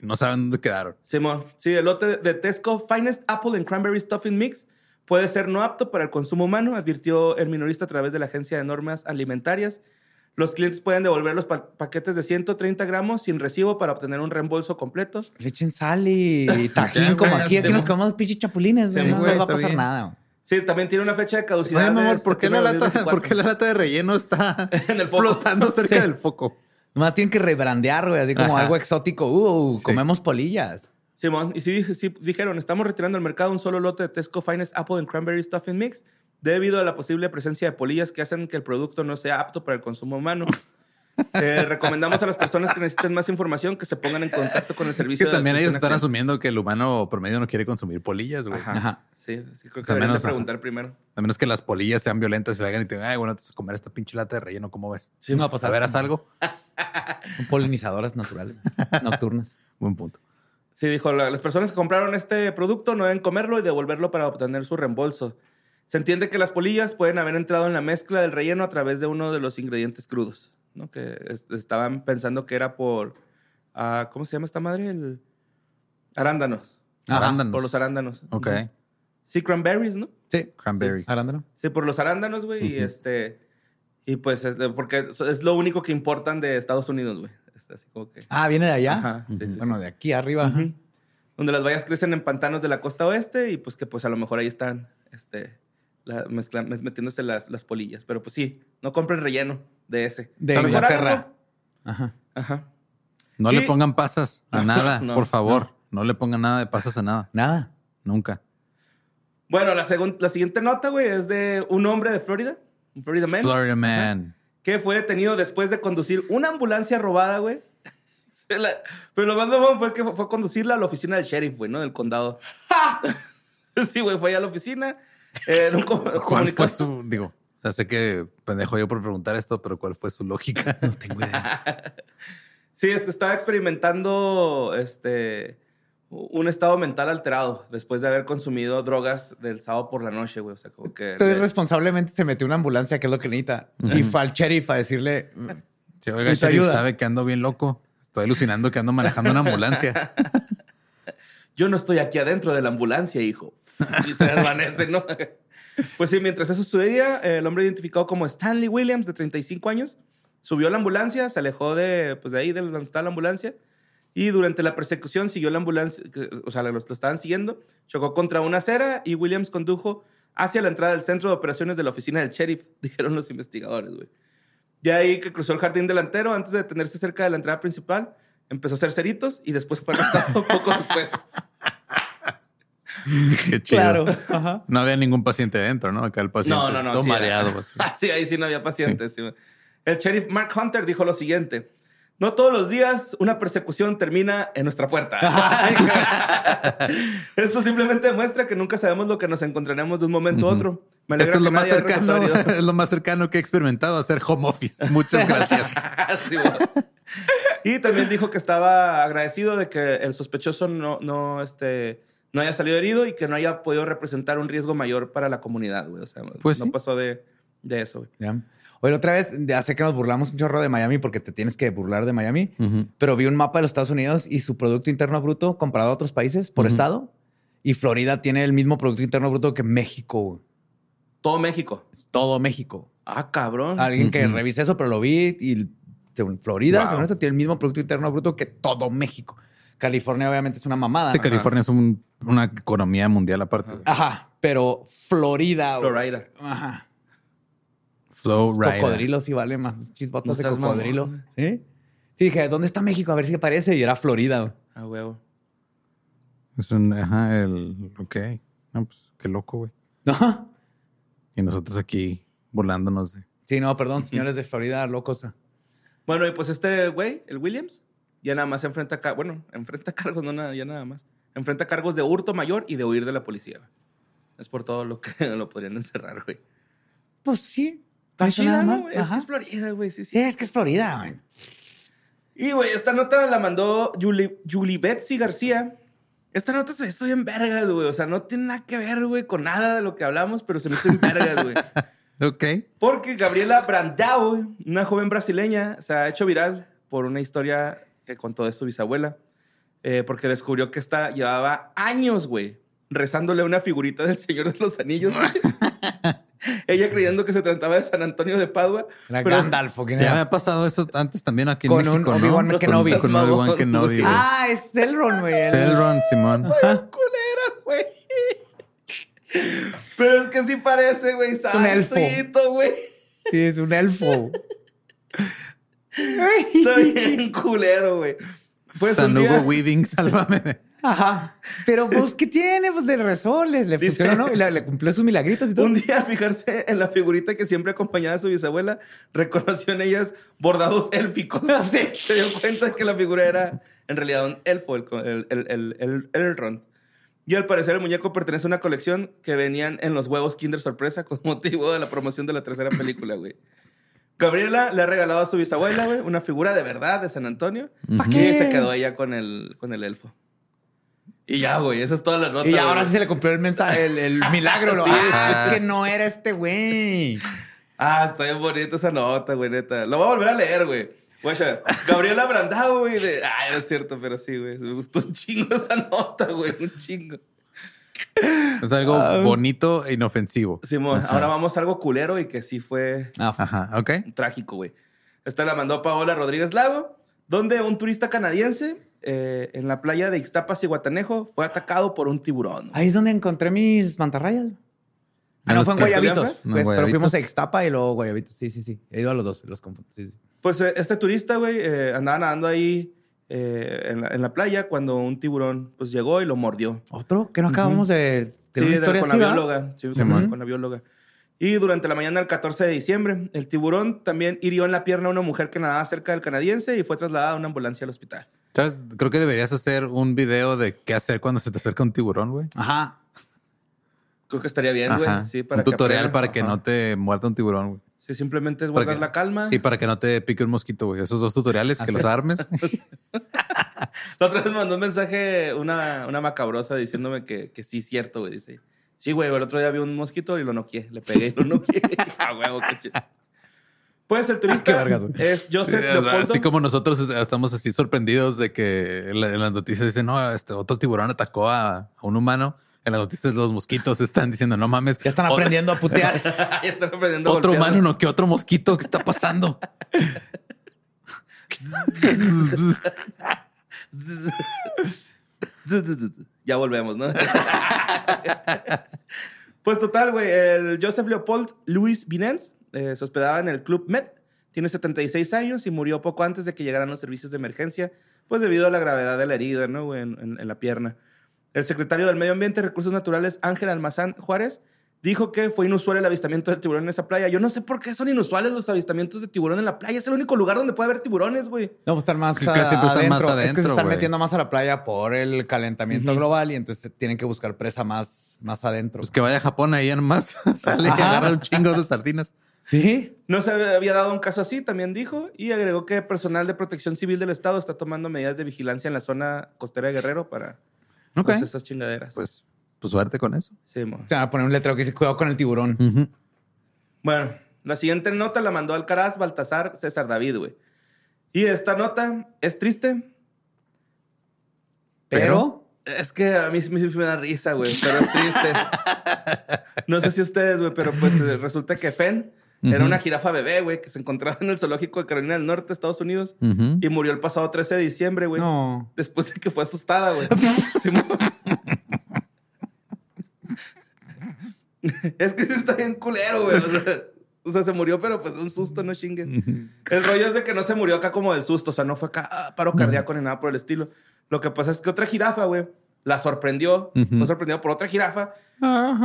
F: y no saben dónde quedaron.
C: Simón, sí, el lote de Tesco Finest Apple and Cranberry Stuffing Mix puede ser no apto para el consumo humano, advirtió el minorista a través de la Agencia de Normas Alimentarias. Los clientes pueden devolver los pa- paquetes de 130 gramos sin recibo para obtener un reembolso completo.
E: Le echen sal y tajín
F: Ya,
E: como
F: ah, güey,
E: aquí. Aquí
F: de-
E: nos comemos pinches chapulines.
F: Sí,
E: güey, no nos
F: güey,
E: va a
F: está
E: pasar
F: bien.
E: nada.
C: Sí, también tiene una fecha de caducidad.
F: Oye, mi
C: de
F: amor, ¿por qué, la lata,
C: 19 este de
F: ¿por qué la lata de relleno está
C: En el foco.
F: flotando cerca
E: Sí.
F: del foco?
E: Nomás tienen que rebrandear, güey, así como
F: Ajá.
E: algo exótico. Uh,
F: Sí.
E: comemos polillas.
C: Simón, y sí, dije- sí dijeron, estamos retirando al mercado un solo lote de Tesco Finest Apple and Cranberry Stuffing Mix debido a la posible presencia de polillas que hacen que el producto no sea apto para el consumo humano. Eh, recomendamos a las personas que necesiten más información que se pongan en contacto con el
F: Es
C: servicio.
F: que
C: de
F: también ellos
C: atención
F: están
C: al
F: asumiendo que el humano promedio no quiere consumir polillas, güey.
C: cliente. Ajá.
E: Ajá.
C: Sí, sí, creo que
F: O sea,
C: deberían de
F: menos, ajá.
C: preguntar primero.
F: A menos que las polillas sean violentas y salgan y te digan, ay, bueno, te vas a comer esta pinche lata de relleno, ¿cómo ves?
E: Sí, no va a pasar.
F: A ver, haz algo.
E: Son Polinizadoras naturales, nocturnas.
F: Buen punto.
C: Sí, dijo, "La- las personas que compraron este producto no deben comerlo y devolverlo para obtener su reembolso. Se entiende que las polillas pueden haber entrado en la mezcla del relleno a través de uno de los ingredientes crudos, ¿no? Que es- estaban pensando que era por, ah, ¿cómo se llama esta madre? El arándanos.
E: Ajá,
F: Arándanos.
C: Por los arándanos.
F: Ok.
C: Ujú. Sí, cranberries, ¿no?
E: Sí.
F: Cranberries.
E: Arándano.
C: Sí, por los arándanos, güey, y
F: Ujú.
C: este, y pues, este, porque es- es lo único que importan de Estados Unidos, güey. Es Así como que.
E: Ah, viene de allá.
C: Ajá, sí, sí, sí.
E: Bueno, de aquí arriba. ajá.
C: Ujú. Donde las vallas crecen en pantanos de la costa oeste y pues que pues a lo mejor ahí están este, la- mezcla- mes- metiéndose las, las polillas. Pero pues sí, no compren relleno de ese.
E: De
C: A lo mejor
E: Inglaterra.
C: háganlo.
E: Ajá.
C: Ajá.
F: No
C: Y-
F: le pongan pasas a nada,
C: No,
F: por favor. No. le pongan nada de pasas a nada.
E: Nada.
F: Nunca.
C: Bueno, la, segun- la siguiente nota, güey, es de un hombre de Florida, un Florida man,
F: Florida Man.
C: que fue detenido después de conducir una ambulancia robada, güey. Se la- Pero lo más mamón fue que fue fue a conducirla a la oficina del sheriff, güey, ¿no? Del condado. sí, güey, fue allá a la oficina. eh, en un com-
F: ¿Cuál fue
C: comunicado-
F: su, digo, o sea, sé que pendejo yo por preguntar esto, pero ¿cuál fue su lógica? No tengo idea.
C: Sí, es que estaba experimentando este un estado mental alterado después de haber consumido drogas del sábado por la noche, güey. O sea, como que.
E: Entonces,
C: le-
E: responsablemente se metió una ambulancia, que es lo que necesita. Y fue al sheriff a decirle, "Mm,
F: Si oiga,
E: Y te
F: sheriff,
E: ayuda.
F: sabe que ando bien loco. Estoy alucinando que ando manejando una ambulancia.
C: Yo no estoy aquí adentro de la ambulancia, hijo. Y se desvanece, ¿no? Pues sí, mientras eso sucedía, eh, el hombre identificado como Stanley Williams, de 35 años, subió a la ambulancia, se alejó de, pues, de ahí, de donde estaba la ambulancia, y durante la persecución siguió la ambulancia, que- o sea, lo, lo estaban siguiendo, chocó contra una acera y Williams condujo hacia la entrada del centro de operaciones de la oficina del sheriff, dijeron los investigadores, güey. Ya ahí que cruzó el jardín delantero, antes de detenerse cerca de la entrada principal, empezó a hacer ceritos y después fue arrestado poco después.
F: Qué chido.
E: Ajá.
F: No había ningún paciente dentro, ¿no? Acá el paciente
C: No, no, no.
F: todo
C: sí,
F: mareado. pues.
C: era-
F: así.
C: sí, ahí sí no había pacientes. sí. El sheriff Mark Hunter dijo lo siguiente. No todos los días una persecución termina en nuestra puerta. Esto simplemente demuestra que nunca sabemos lo que nos encontraremos de un momento a otro. Me alegra
F: Esto es lo
C: que
F: más
C: nadie haya
F: cercano,
C: resultado herido.
F: es lo más cercano que he experimentado a hacer home office. Muchas gracias.
C: Ah, Sí, güey. y también dijo que estaba agradecido de que el sospechoso no, no, este, no haya salido herido y que no haya podido representar un riesgo mayor para la comunidad, güey. O sea,
F: Pues
C: no
F: sí.
C: pasó de, de eso, güey.
E: Ya. Oye, otra vez, ya sé que nos burlamos un chorro de Miami porque te tienes que burlar de Miami,
F: Ujú.
E: pero vi un mapa de los Estados Unidos y su Producto Interno Bruto comparado a otros países por
F: Ujú.
E: estado. Y Florida tiene el mismo Producto Interno Bruto que México. güey.
C: Todo México.
E: Es todo México.
C: Ah, cabrón.
E: Alguien que
F: Ujú.
E: revise eso, pero lo vi y según Florida,
F: Wow.
E: según esto, tiene el mismo Producto Interno Bruto que todo México. California obviamente es una mamada.
F: Sí,
E: ¿no?
F: California es un- una economía mundial aparte.
E: Ajá, pero Florida. güey.
C: Florida.
E: Ajá.
F: Flow Rider.
E: Cocodrilo sí vale más chisbotas
C: No
E: de
C: seas
E: cocodrilo.
C: mamón.
E: ¿Sí? Sí, dije, ¿dónde está México? A ver si aparece. Y era Florida. güey.
C: Ah, huevo.
F: Es un, ajá, el, ok. No, pues, qué loco, güey.
E: No.
F: Y nosotros aquí volándonos de...
E: Sí, no, perdón, señores de Florida, locos.
C: Bueno, y pues este güey, el Williams, ya nada más se enfrenta, ca- bueno, enfrenta cargos, no nada, ya nada más. Enfrenta cargos de hurto mayor y de huir de la policía. güey. Es por todo lo que lo podrían encerrar, güey.
E: Pues sí.
C: Está
E: hizo nada
C: chida,
E: mal.
C: ¿no? güey? Es que
E: Ajá.
C: es Florida, güey. Sí, sí.
E: Sí, es que es Florida, güey.
C: Y, güey, esta nota la mandó Julie, Julie Betsy García. Esta nota se hizo bien vergas, güey. O sea, no tiene nada que ver, güey, con nada de lo que hablamos, pero se me hizo bien vergas, güey.
F: Ok.
C: Porque Gabriela Brandao, una joven brasileña, se ha hecho viral por una historia que contó de su bisabuela. eh, porque descubrió que esta llevaba años, güey, rezándole a una figurita del Señor de los Anillos. Ella creyendo que se trataba de San Antonio de Padua.
E: Era
C: pero-
E: Gandalf, ¿o quién
F: Ya
E: era?
F: me ha pasado eso antes también aquí en
E: Con un
F: México, ¿no?
E: Obi-Wan
F: Con-
E: Kenobi.
F: Con Obi-Wan
C: Mamón,
F: Kenobi.
C: güey.
F: güey.
E: Ah, es Celron, güey. el-
F: Selron, Simón.
C: culera, güey. Pero es que sí parece, güey. Es
E: un elfo.
C: güey.
E: Sí, es un elfo.
C: Está bien culero, güey. Pues
F: San
C: un día-
F: Hugo Weaving, sálvame. de-
E: Ajá. Pero, pues, ¿qué tiene? Pues le rezó, le, le
C: Dice-
E: funcionó, ¿no? Y le, le cumplió sus milagritos y todo.
C: Un día, al fijarse en la figurita que siempre acompañaba a su bisabuela, reconoció en ellas bordados élficos.
E: Sí.
C: Se dio cuenta que la figura era en realidad un elfo, el, co- el, el, el, el- Elrond. Y al parecer el muñeco pertenece a una colección que venían en los huevos Kinder Sorpresa con motivo de la promoción de la tercera película, güey. Gabriela le ha regalado a su bisabuela, güey, una figura de verdad de San Antonio.
E: ¿Pa'
C: Y
E: qué?
C: se quedó ella con el, con el elfo. Y ya, güey, esa es toda la nota.
E: Y ahora
C: güey.
E: sí se le cumplió el mensaje, el, el milagro. ¿no?
C: Sí.
E: Ah, es que no era este güey.
C: Ah, está bien bonita esa nota, güey, neta. Lo voy a volver a leer, güey. Guacha, Gabriela Brandao, güey. de- Ay, no es cierto, pero sí, güey. Me gustó un chingo esa nota, güey. Un chingo.
F: Es algo
C: Ah.
F: bonito e inofensivo.
C: Simón, ahora vamos a algo culero y que sí fue
F: Ajá,
E: Ah,
F: ok.
C: trágico, güey. Esta la mandó Paola Rodríguez Lago, donde un turista canadiense eh, en la playa de Ixtapas y Guatanejo fue atacado por un tiburón.
E: Ahí es donde encontré mis mantarrayas. Ah,
F: ¿Ya
E: no,
F: los
E: fue en
F: que-
E: Guayabitos.
F: ¿En
E: Pues, pero
F: Guayabitos?
E: fuimos a Ixtapa y luego Guayabitos. Sí, sí, sí. He ido a los dos, los confundo. Sí, sí.
C: Pues eh, este turista, güey, eh, andaba nadando ahí eh, en, la, en la playa cuando un tiburón pues llegó y lo mordió.
E: ¿Otro? Que no acabamos de... de
C: sí,
E: una
C: de-
E: historia
C: con
E: así,
C: la
E: ¿verdad?
C: bióloga. Sí, con-
F: Simón.
C: con la bióloga. Y durante la mañana del 14 de diciembre, el tiburón también hirió en la pierna a una mujer que nadaba cerca del canadiense y fue trasladada a una ambulancia al hospital.
F: Charles, creo que deberías hacer un video de qué hacer cuando se te acerca un tiburón, güey.
E: Ajá.
C: Creo que estaría bien, güey.
F: Ajá.
C: Ah, Sí, para
F: un tutorial
C: aprenda.
F: para que
C: Ajá.
F: no te muerda un tiburón, güey.
C: Sí, simplemente es
F: Para
C: guardar
F: que-
C: la
E: Ah.
C: calma.
F: Y para que no te pique un mosquito, güey. Esos dos tutoriales, que los armes.
C: La otra vez me mandó un mensaje una, una macabrosa diciéndome que, que sí es cierto, güey. Dice, sí, güey, el otro día vi un mosquito y lo noqueé. Le pegué y lo noqueé. A huevo, qué chido. Pues el turista
E: Qué vergas, güey.
C: es Joseph
F: Sí, o sea,
C: Leopoldo.
F: así como nosotros estamos así sorprendidos de que en la- en las noticias dicen, no, este otro tiburón atacó a, a un humano. En las noticias los mosquitos están diciendo, no mames.
E: Ya están
F: ot-
E: aprendiendo a putear.
C: Ya están aprendiendo a
F: Otro
C: golpear.
F: humano, no, que otro mosquito. ¿Qué está pasando?
C: Ya volvemos, ¿no? pues total, güey, el Joseph Leopold Luis Vinens eh, se hospedaba en el Club Med tiene 76 años y murió poco antes de que llegaran los servicios de emergencia, pues debido a la gravedad de la herida ¿no? güey, en, en- en la pierna. El secretario del Medio Ambiente y Recursos Naturales, Ángel Almazán Juárez, dijo que fue inusual el avistamiento del tiburón en esa playa. Yo no sé por qué son inusuales los avistamientos de tiburón en la playa. Es el único lugar donde puede haber tiburones, güey.
E: No, pues están más,
F: Es que
E: a-
F: casi, pues, están
E: adentro. Es
F: más
E: que se
F: adentro,
E: están
F: güey.
E: metiendo más a la playa por el calentamiento
C: Ujú.
E: global y entonces tienen que buscar presa más, más adentro.
F: Pues que vaya a Japón ahí nomás sale y
E: Ajá.
F: agarra un chingo de sardinas.
E: Sí.
C: No se había dado un caso así, también dijo, y agregó que personal de protección civil del Estado está tomando medidas de vigilancia en la zona costera de Guerrero para
F: Ok.
C: pues, esas
F: ¿eh?
C: chingaderas.
F: Pues, pues suerte con eso.
C: Sí, mo.
E: Se van a poner un letrero que dice cuidado con el tiburón.
F: Ujú.
C: Bueno, la siguiente nota la mandó Alcaraz Baltasar César David, güey. Y esta nota es triste,
E: Pero,
C: Es que a mí sí me sí me da risa, güey, pero es triste. No sé si ustedes, güey, pero pues eh, resulta que Fen era
F: Ujú.
C: una jirafa bebé, güey, que se encontraba en el zoológico de Carolina del Norte, Estados Unidos,
F: Ujú.
C: y murió el pasado 13 de diciembre, güey.
E: no.
C: Después de que fue asustada, güey. Sí, mo- es que sí está bien culero, güey. O sea, o sea, se murió, pero pues de un susto, no chingues. El rollo es de que no se murió acá como del susto. O sea, no fue acá ah, paro cardíaco ni nada por el estilo. Lo que pasa es que otra jirafa, güey, la sorprendió.
F: Ujú.
C: Fue sorprendida por otra jirafa.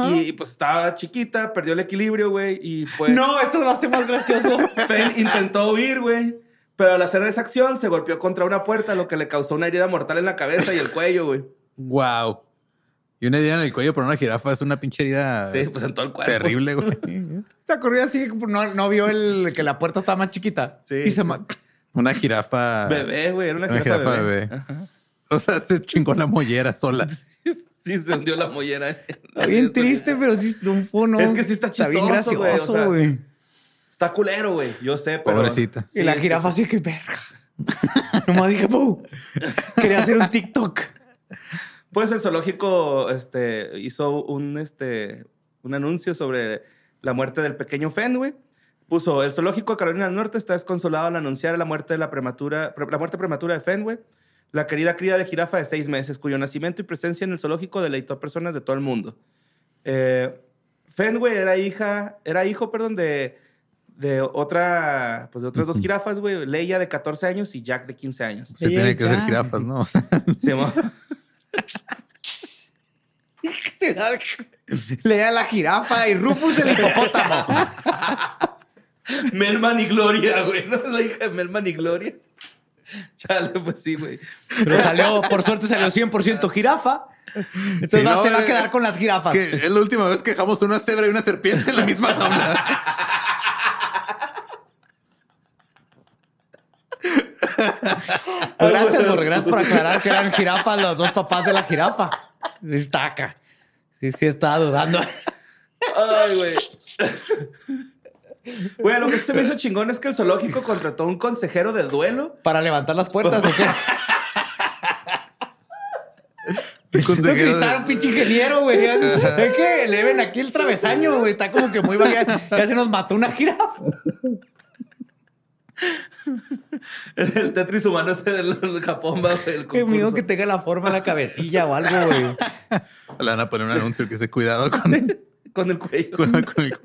C: Y, pues estaba chiquita, perdió el equilibrio, güey. Y fue...
E: No, eso lo hace más gracioso.
C: Fane intentó huir, güey. Pero al hacer esa acción se golpeó contra una puerta, lo que le causó una herida mortal en la cabeza y el cuello, güey.
F: Wow. Y una herida en el cuello por una jirafa es una pinche herida
C: Sí, pues en todo el cuerpo.
F: terrible, güey.
E: Se ocurrió así, no, no vio el que la puerta estaba más chiquita.
C: Sí,
E: Y se
C: sí.
E: ma-
F: Una jirafa.
C: Bebé, güey. Era una jirafa, bebé.
F: O sea, se chingó la mollera sola.
C: Sí, se hundió la mollera.
E: Está bien triste, pero sí no, fue, no.
C: Es que sí está
E: bien
C: chistoso, güey, o
E: gracioso,
C: sea,
E: güey.
C: Está culero, güey. Yo sé, pero...
F: Pobrecita.
E: y la
C: sí,
E: jirafa así que verga. Nomás dije, ¡pum! Quería hacer un TikTok.
C: Pues el zoológico este, hizo un, este, un anuncio sobre la muerte del pequeño Fen, güey. Puso, el zoológico de Carolina del Norte está desconsolado al anunciar la muerte, de la, prematura, pre- la muerte prematura de Fen, güey. La querida cría de jirafa de seis meses, cuyo nacimiento y presencia en el zoológico deleitó a personas de todo el mundo. Eh, Fen, güey, era hija, era hijo, perdón, de, de otra, pues de otras dos jirafas, güey. Leia de 14 años y Jack de 15 años.
F: Pues Se tiene que hacer jirafas, ¿no? O sea,
C: Se llamaba-
E: Lea la jirafa y Rufus el hipopótamo.
C: Melman y Gloria, güey. ¿No es la hija de Melman y Gloria? Chale, pues sí, güey.
E: Pero salió, por suerte salió 100% jirafa. Entonces
F: Sí,
E: va-
F: no,
E: se va a
F: eh,
E: quedar con las jirafas.
F: es que es la última vez que dejamos una cebra y una serpiente en la misma jaula.
E: Gracias, Lord, gracias por aclarar que eran jirafas los dos papás de la jirafa. Destaca. Sí, sí, estaba dudando.
C: Ay, güey. Güey, lo que sí se me hizo chingón es que el zoológico contrató un consejero de duelo.
E: ¿Para levantar las puertas o qué?
F: Un
E: No
F: consejero de-
E: gritaron, pinche ingeniero, güey. Es que le ven aquí el travesaño, güey. Está como que muy vaga. Ya se nos mató una jirafa.
C: El, el Tetris humano ese del, del Japón, va, güey, el
E: Que
C: concurso.
E: que tenga la forma de la cabecilla o algo, güey.
F: Le van a poner un anuncio que se cuidado con,
C: Con el cuello.
F: con- con
E: eh,
F: el-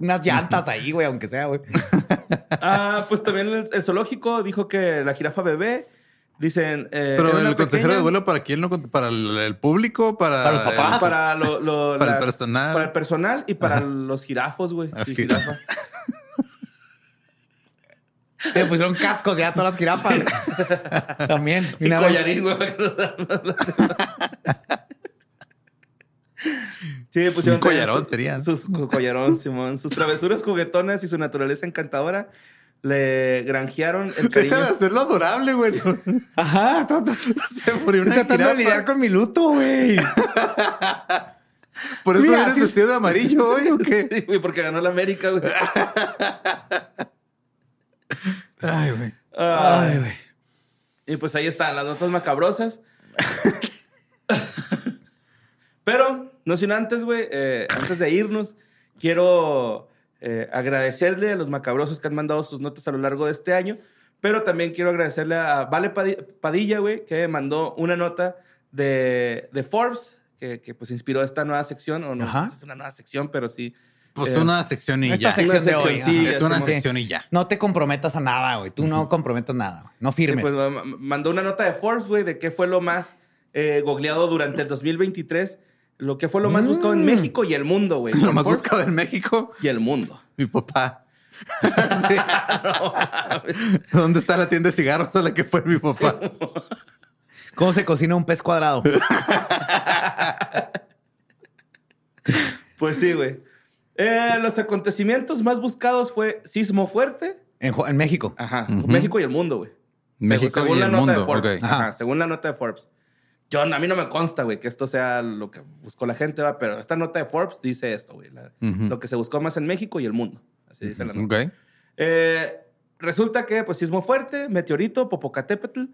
E: Unas llantas ahí, güey, aunque sea, güey.
C: Ah, pues también el, el zoológico dijo que la jirafa bebé, dicen... eh,
F: Pero
C: era
F: el
C: una
F: consejero
C: pequeña-
F: de duelo para quién no con- para el, el público, para,
E: Para los papás.
F: el-
C: Para, lo- lo-
F: Para el personal.
C: Para el personal y para los jirafos, güey.
F: Las
C: Y
F: jirafas.
C: jirafa.
E: Se pusieron cascos ya todas las jirafas. También.
C: Y
E: Una vez-
C: collarín, güey. para que nos dan las- Sí, pusieron
F: Un collarón
C: sus-
F: sería, ¿no?
C: Sus co- collarón, Simón. Sus travesuras juguetonas y su naturaleza encantadora le granjearon el cariño.
F: Deja de hacerlo adorable, güey.
E: Ajá. to- to- to-
F: Se murió
E: Estoy
F: una
E: tratando de
F: jirafa.
E: lidiar con mi luto, güey.
F: Por eso
E: Mira,
F: eres
E: sí.
F: vestido de amarillo hoy o qué?
C: Sí, güey, porque ganó la América, güey.
F: Ay, güey.
C: Ay, güey. Y pues ahí están las notas macabrosas. Pero, no sin antes, güey, eh, antes de irnos, quiero eh, agradecerle a los macabrosos que han mandado sus notas a lo largo de este año. Pero también quiero agradecerle a Vale Padi- Padilla, güey, que mandó una nota de, de Forbes, que, que, pues inspiró esta nueva sección, o no
E: Ajá.
C: sé si es una nueva sección, pero sí
F: Pues
C: Eh,
F: una sección y
E: Esta
F: ya.
E: sección de hoy.
C: seccioncilla,
E: ajá.
F: es una
C: Simón.
F: sección y ya.
E: No te comprometas a nada, güey. Tú no comprometas nada. güey. No
C: Sí,
E: firmes.
C: pues, ma- ma- mandó una nota de Forbes, güey, de qué fue lo más eh, googleado durante el 2023, lo que fue lo más buscado en México y el mundo, güey.
F: Mm. Lo más
C: Forbes
F: buscado en México,
C: Y el mundo.
F: mi papá. Sí. ¿Dónde está la tienda de cigarros a la que fue mi papá?
E: ¿Cómo se cocina un pez cuadrado?
C: Pues sí, güey. Eh, los acontecimientos más buscados fue sismo fuerte,
E: en, Ju- en México.
C: ajá,
F: Ujú.
C: México y el mundo, güey.
F: México
C: Según
F: y
C: la
F: el
C: nota de
F: mundo,
C: Forbes.
F: ok.
C: Ajá,
E: Ajá.
C: según la nota de Forbes. Yo, a mí no me consta, güey, que esto sea lo que buscó la gente, va, pero esta nota de Forbes dice esto, güey. la-
F: Ujú.
C: Lo que se buscó más en México y el mundo. Así dice la nota.
F: Ok.
C: Eh, resulta que, pues, sismo fuerte, meteorito, Popocatépetl,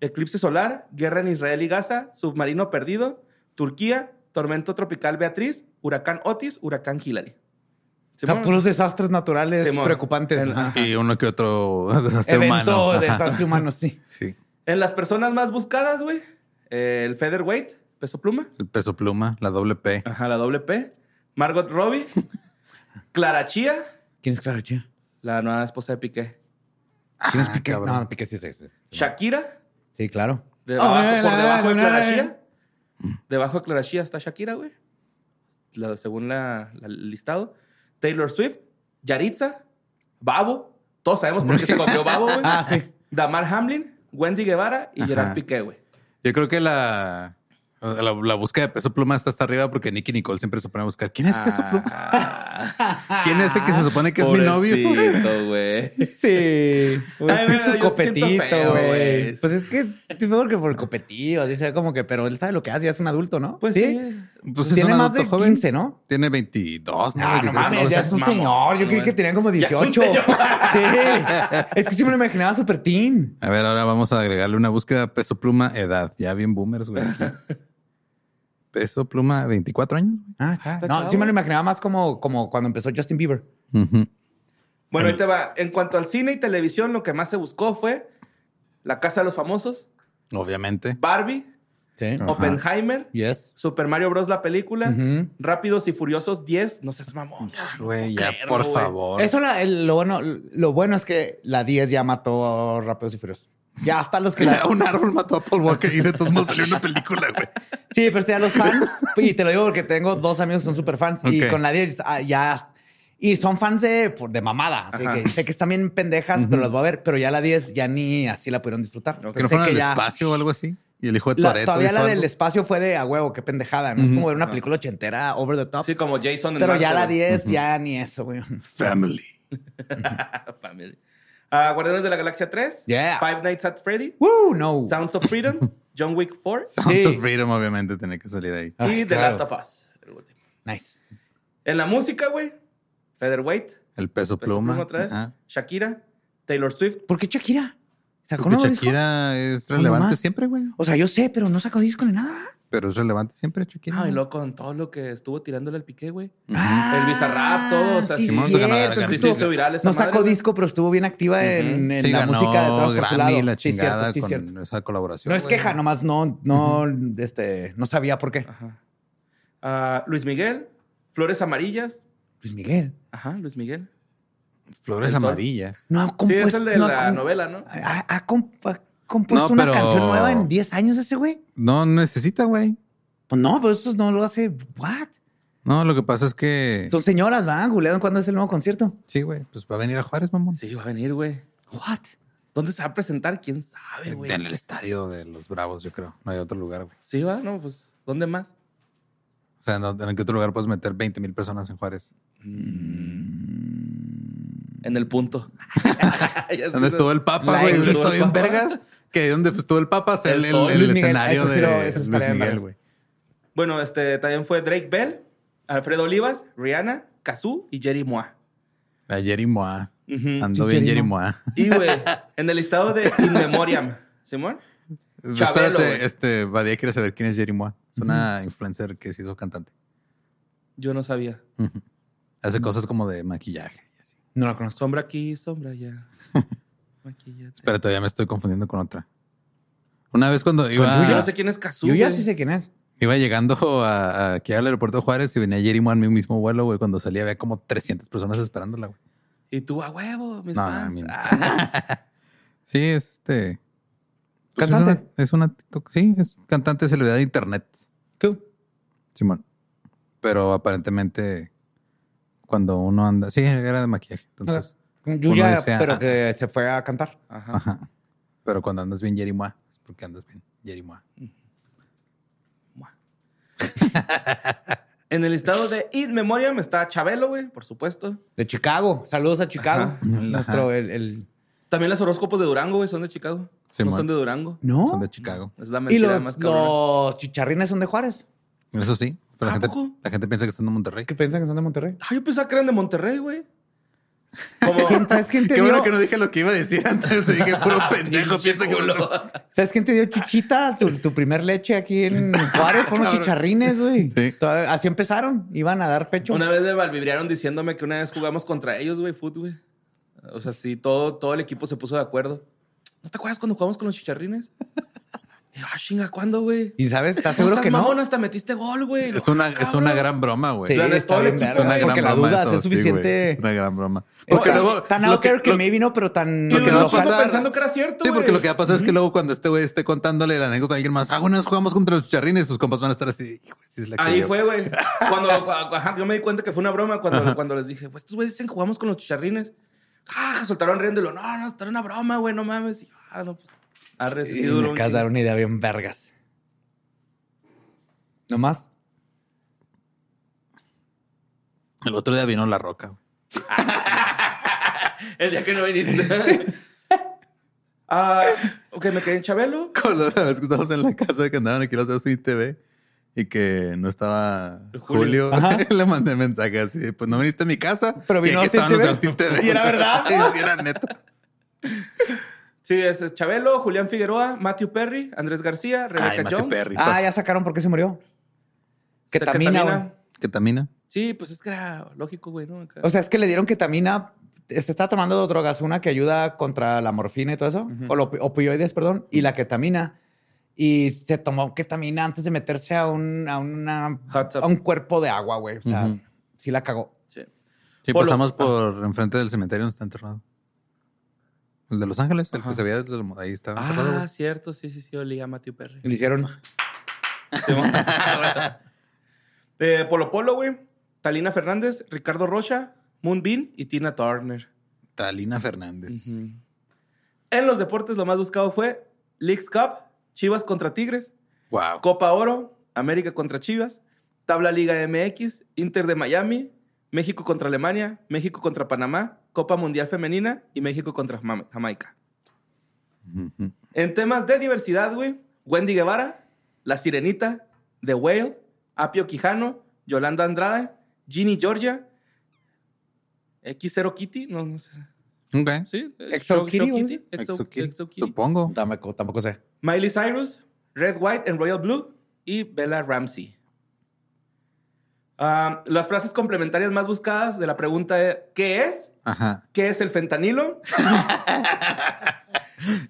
C: eclipse solar, guerra en Israel y Gaza, submarino perdido, Turquía, tormento tropical Beatriz, huracán Otis, huracán Hillary.
E: O sea,
C: Simón.
E: puros desastres naturales
C: Simón.
E: preocupantes.
C: En-
E: Ajá.
F: Y uno que otro desastre
E: Evento,
F: humano.
E: desastre humano, sí.
F: Sí.
C: En las personas más buscadas, güey, eh, el featherweight, peso pluma,
F: El peso pluma, la doble P.
C: ajá, la doble P, Margot Robbie, Clara Chía,
E: ¿Quién es Clara Chía?
C: la nueva esposa de Piqué,
E: ¿Quién es
F: Ah,
E: Piqué?
F: cabrón.
E: No, Piqué sí es ese.
C: Shakira,
E: Sí, claro.
C: de
E: Oh,
C: abajo-
E: eh,
C: por
E: la-
C: debajo de
E: la-
C: Clara
E: la-
C: Chía.
F: Mm.
C: Debajo de Clara Chía está Shakira, güey. La- según la, la- el listado. Taylor Swift, Yaritza, Babo. Todos sabemos por qué se copió Babo, güey.
E: Ah, sí.
C: Damar Hamlin, Wendy Guevara y Gerard
F: Ajá.
C: Piqué, güey.
F: Yo creo que la, la, la búsqueda de peso pluma está hasta arriba porque Nicky Nicole siempre se pone a buscar quién es peso pluma.
E: Ah.
F: ¿Quién es el que se supone que es mi novio?
C: Ah. Pobrecito, güey.
E: Sí. Pues
C: Ay,
E: es que
C: mira,
E: es un
C: yo siento feo,
E: copetito,
C: güey.
E: güey. Pues es que es peor que por el copetío. Dice como que, pero él sabe lo que hace, ya es un adulto, ¿no?
C: Pues sí.
F: Pues es
E: Tiene
F: un
E: más de
F: adulto joven.
E: 15, ¿no?
F: Tiene 22,
E: No, no
F: 23,
E: mames,
F: o
E: ya
F: sea,
E: es un
C: mamón,
E: señor. Yo creí
C: güey.
E: que tenía como
C: Ya es un
E: 18.
C: señor.
E: Sí. Es que siempre me imaginaba super teen.
F: A ver, ahora vamos a agregarle una búsqueda peso pluma edad. Ya bien boomers, güey. aquí. peso pluma 24 años.
E: Ah,
C: chavo.
E: no, sí me lo imaginaba más como, como cuando empezó Justin Bieber.
F: Ujú.
C: Bueno, ahí te va. En cuanto al cine y televisión, lo que más se buscó fue La Casa de los Famosos,
F: Obviamente.
C: Barbie,
E: Sí.
C: Ah.
E: Oh,
F: Ajá.
C: Oppenheimer,
E: Yes.
C: Super Mario Bros. la película,
E: Ujú.
C: Rápidos y Furiosos 10. No seas mamón.
E: Ah,
F: Güey,
C: no
F: ya,
C: puedo creerlo,
F: por
C: güey.
F: favor.
E: Eso la- el- lo bueno, lo bueno es que la 10 ya mató a Rápidos y Furiosos. Ya hasta los que la,
F: un árbol mató a Paul Walker y de todos modos salió una película, güey.
E: Sí, pero sí a los fans. Y te lo digo porque tengo dos amigos que son súper fans. Y
F: Ok.
E: con la 10 ah, ya. Y son fans de, por- de mamada. Así
C: Ajá.
E: que sé que están bien pendejas, pero las voy a ver. Pero ya la 10 ya ni así la pudieron disfrutar.
F: Que no
E: Sé
F: fueron al
E: que ya-
F: espacio o algo así. Y el hijo de
E: la-
F: Toreto.
E: todavía la del espacio fue de a huevo, qué pendejada. ¿no? Es como ver una película ochentera, over the top.
C: Ah. Sí, como Jason en
E: pero ya
C: Marte,
E: la
C: güey.
E: 10 ya ni eso, güey.
F: Family.
C: Familia. Ah, Guardianes de la Galaxia 3,
E: Yeah.
C: Five Nights at Freddy,
E: Woo, no.
C: Sounds of Freedom, John Wick 4
F: Sounds
E: Sí.
F: of Freedom, obviamente, tenía que salir ahí.
E: Ah,
C: y The
E: claro.
C: Last of Us. el último.
E: Nice.
C: En la música, güey, Featherweight,
F: El peso
C: Peso
F: pluma.
C: Pluma otra vez,
F: ajá.
C: Shakira, Taylor Swift.
E: ¿Por qué Shakira? ¿Sacó
F: Porque
E: nuevo disco?
F: Shakira es
E: Uno
F: relevante
E: más.
F: siempre, güey.
E: O sea, yo sé, pero no sacó disco ni nada.
F: Pero es relevante siempre, Shakira.
C: Ay,
F: ¿no?
C: loco, con todo lo que estuvo tirándole al piqué, güey.
E: Ah,
C: El Bizarrap, todo, o sea,
E: sí,
F: Simón,
E: cierto,
F: ganó la
E: es que
C: Sí,
F: Estuvo-
C: se hizo viral esa
E: No sacó
C: madre, güey.
E: disco, pero estuvo bien activa en, en
F: Sí,
E: la
F: ganó
E: música de todos por su
F: Grammy,
E: lado.
F: la
E: sí,
F: chingada
E: cierto, sí,
F: con
E: cierto.
F: esa colaboración.
E: No es
F: güey.
E: queja, nomás no, no, este, no sabía por qué.
C: Ajá. Ah, Luis Miguel, Flores Amarillas.
E: Luis Miguel.
C: Ajá, Luis Miguel.
F: Flores
C: El sol.
F: amarillas.
E: No ha
C: Sí,
E: compuesto.
C: es el de
E: no Ah, ha
C: la
E: com-
C: novela, ¿no?
E: Ha, ha comp- ha compuesto
F: No,
E: una
F: pero-
E: canción nueva en 10 años ese güey.
F: No necesita, güey.
E: Pues no, pero esto no lo hace. What?
F: No, lo que pasa es que.
E: Son señoras, van, Julián, ¿cuándo es el nuevo concierto?
F: Sí, güey. Pues va a venir a Juárez, mamón.
C: Sí, va a venir, güey.
E: What?
C: ¿Dónde se va a presentar? ¿Quién sabe, güey?
F: en el estadio de los Bravos, yo creo. No hay otro lugar, güey.
C: Sí, va, no, pues, ¿dónde más?
F: O sea, no- ¿en qué otro lugar puedes meter 20 mil personas en Juárez?
C: En el punto. Ya
F: ¿Dónde
C: sé,
F: estuvo el Papa, güey?
C: Like,
F: ¿Dónde
C: estuvo
F: estuvo
C: el
F: en
C: Papa.
F: Vergas? Que donde pues, estuvo el Papa es
C: El
F: el, el-
C: sol.
F: el
E: Luis Miguel,
F: escenario
E: eso sí
F: de
E: lo- eso sí
F: Luis
E: estaría
F: Miguel,
E: en
F: güey.
C: Bueno, este, también fue Drake Bell, Alfredo Olivas, Rihanna, Kazú y Jerry Moa.
F: La Jerry Moa.
C: Ujú.
F: Ando
E: Sí,
F: bien
E: Jerry
F: Jerry
E: Mm. Moa.
F: Moa.
C: Y, güey, en el listado de In Memoriam. ¿Simón? Chabelo, güey.
F: Espérate, este, Badía quiere saber quién es Jerry Moa. Es una influencer que se hizo cantante.
C: Yo no sabía.
F: Ujú. Hace cosas como de maquillaje y así.
E: No la conozco.
C: Sombra aquí, sombra allá. Maquillate.
F: Pero todavía me estoy confundiendo con otra. Una vez cuando
C: Yo no
F: iba...
C: sé quién es Kazú.
E: Yo ya
C: güey.
E: sí sé quién es.
F: Iba llegando a, a- aquí al aeropuerto de Juárez y venía Jerimo en mi mismo vuelo, güey. Cuando salía había como 300 personas esperándola, güey.
C: Y tú, a huevo, mis
F: No, no,
C: fans.
F: mi-
C: Ah,
F: Sí, es este. pues,
E: Cantante.
F: Es una, es una TikTok- Sí, es cantante de celebridad de internet.
E: Cool.
F: Simón. Pero aparentemente, cuando uno anda. Sí, era de maquillaje. Entonces.
E: Yuya,
F: dice,
E: pero
F: ah.
E: que se fue a cantar.
C: Ajá.
F: Ajá. Pero cuando andas bien Jerimoa, es porque andas bien Jerimoa.
C: En el listado de In Memoriam está Chabelo, güey, por supuesto.
E: De Chicago. Saludos a Chicago. Nuestro, el, el-
C: También los horóscopos de Durango, güey, son de Chicago. no
F: Simón.
C: son de Durango.
E: ¿No?
F: Son de Chicago.
C: Es la
E: Y
C: mentira
E: los,
C: más cabrona.
E: los chicharrines son de Juárez.
F: Eso sí. Pero
C: ¿A
F: la gente,
C: poco?
F: la gente piensa que son de Monterrey.
E: ¿Qué piensan que son de Monterrey?
C: Ah, yo pensaba que eran de Monterrey, güey. Como-
E: ¿Sabes quién te
F: Qué
E: dio?
F: bueno que no dije lo que iba a decir antes. Dije, puro pendejo, piensa que uno...
E: ¿Sabes quién te dio chichita? Tu, tu primer leche aquí en Juárez fueron los
F: Cabrón.
E: chicharrines, güey.
F: Sí.
E: Todavía- Así empezaron. Iban a dar pecho.
C: Una vez me malvibriaron diciéndome que una vez jugamos contra ellos, güey, fútbol, güey. O sea, sí, todo, todo el equipo se puso de acuerdo. ¿No te acuerdas cuando jugamos con los chicharrines? Y yo, ah, chinga, ¿cuándo, güey?
E: ¿Y sabes? ¿Estás
C: No
E: seguro
C: seas
E: que no?
C: mamón, hasta metiste gol, güey.
F: Es una,
C: Ah,
F: es una
C: cabrón.
F: gran broma, güey.
E: Sí,
C: O sea, de
E: está
C: todo
E: bien
C: el-
E: verga,
F: es una gran
E: porque la
F: broma.
E: duda
F: eso,
E: es
F: sí, güey.
E: suficiente.
F: es una gran broma.
E: Es
F: Porque
E: tan-
F: luego.
E: tan
F: lo
E: out there que,
F: lo-
E: me vino, pero tan.
C: Y
F: Lo que
C: uno
F: va a
C: pasó
F: pasar-
C: pensando que era cierto,
F: Sí,
C: güey.
F: porque lo que va a pasar es que luego cuando este güey esté contándole la anécdota a alguien más, ah, bueno, nos jugamos contra los chicharrines, sus compas van a estar así. "Hijo, sí es la que
C: Ahí
F: yo".
C: fue, güey. Cuando ajá, yo me di cuenta que fue una broma cuando, cuando les dije, pues estos güeyes dicen que jugamos con los chicharrines. Ah, soltaron riendo y lo, no, no, era una broma, güey, no mames. Y yo, ah, no, pues. Arre, sí,
E: Y
C: duró
E: me
C: un
E: acabas de dar
C: chingo.
E: una idea bien vergas. ¿No más?
F: El otro día vino La Roca. güey.
C: El día que no viniste. ah, ok, me quedé en Chabelo.
F: Con la otra vez que estábamos en la casa que andaban aquí los dos y TV y que no estaba
C: Julio.
F: Julio,
E: Ajá.
F: le mandé mensaje así, pues no viniste a mi casa,
E: Pero
F: y
E: vino
F: aquí
E: Austin
F: estaban los de
E: TV.
F: Austin TV.
E: Y era verdad.
F: Y sí, era neta.
C: Sí, es es Chabelo, Julián Figueroa, Matthew Perry, Andrés García, Rebeca
F: Ay, Mateo
C: Jones.
F: Perry.
E: Ah,
F: pues,
E: ya sacaron por qué se murió. Ketamina,
C: Ketamina.
E: güey.
F: Ketamina.
C: Sí, pues es que era lógico, güey, ¿no? Acá.
E: O sea, es que le dieron ketamina. Se está tomando dos drogas, una que ayuda contra la morfina y todo eso, o los opioides, perdón, y la ketamina. Y se tomó ketamina antes de meterse a un, a una,
C: Hot tub.
E: a un cuerpo de agua, güey. O sea,
F: Ujú.
E: sí la cagó.
C: Sí.
F: Sí,
C: Polo.
F: pasamos por enfrente del cementerio donde está enterrado. El de Los Ángeles, el
C: Ajá.
F: que se veía desde el, ahí estaba enterrado.
C: Ah,
F: güey.
C: cierto, sí, sí, sí, olía a Matthew Perry.
E: Y Le hicieron
C: Eh, Ah, Polo Polo, güey. Talina Fernández, Ricardo Rocha, Moonbeam y Tina Turner.
F: Talina Fernández.
C: En los deportes, lo más buscado fue Leagues Cup, Chivas contra Tigres,
F: Wow.
C: Copa Oro, América contra Chivas, Tabla Liga MX, Inter de Miami, México contra Alemania, México contra Panamá, Copa Mundial Femenina y México contra Jama- Jamaica. En temas de diversidad, güey, Wendy Guevara, La Sirenita, The Whale, Apio Quijano, Yolanda Andrade, Ginny Georgia, X0 Kitty, no, no sé.
F: Ok.
C: ¿Sí? eh,
E: Exo
C: Show-
E: Kitty,
C: Show
E: ¿cómo
C: Kitty, Exo-
F: Exukiri,
C: Exo Kitty.
F: Supongo.
E: Tampoco, tampoco sé.
C: Miley Cyrus, Red, White and Royal Blue y Bella Ramsey. Ah, las frases complementarias más buscadas de la pregunta de ¿qué es?
F: Ajá.
C: ¿Qué es el fentanilo?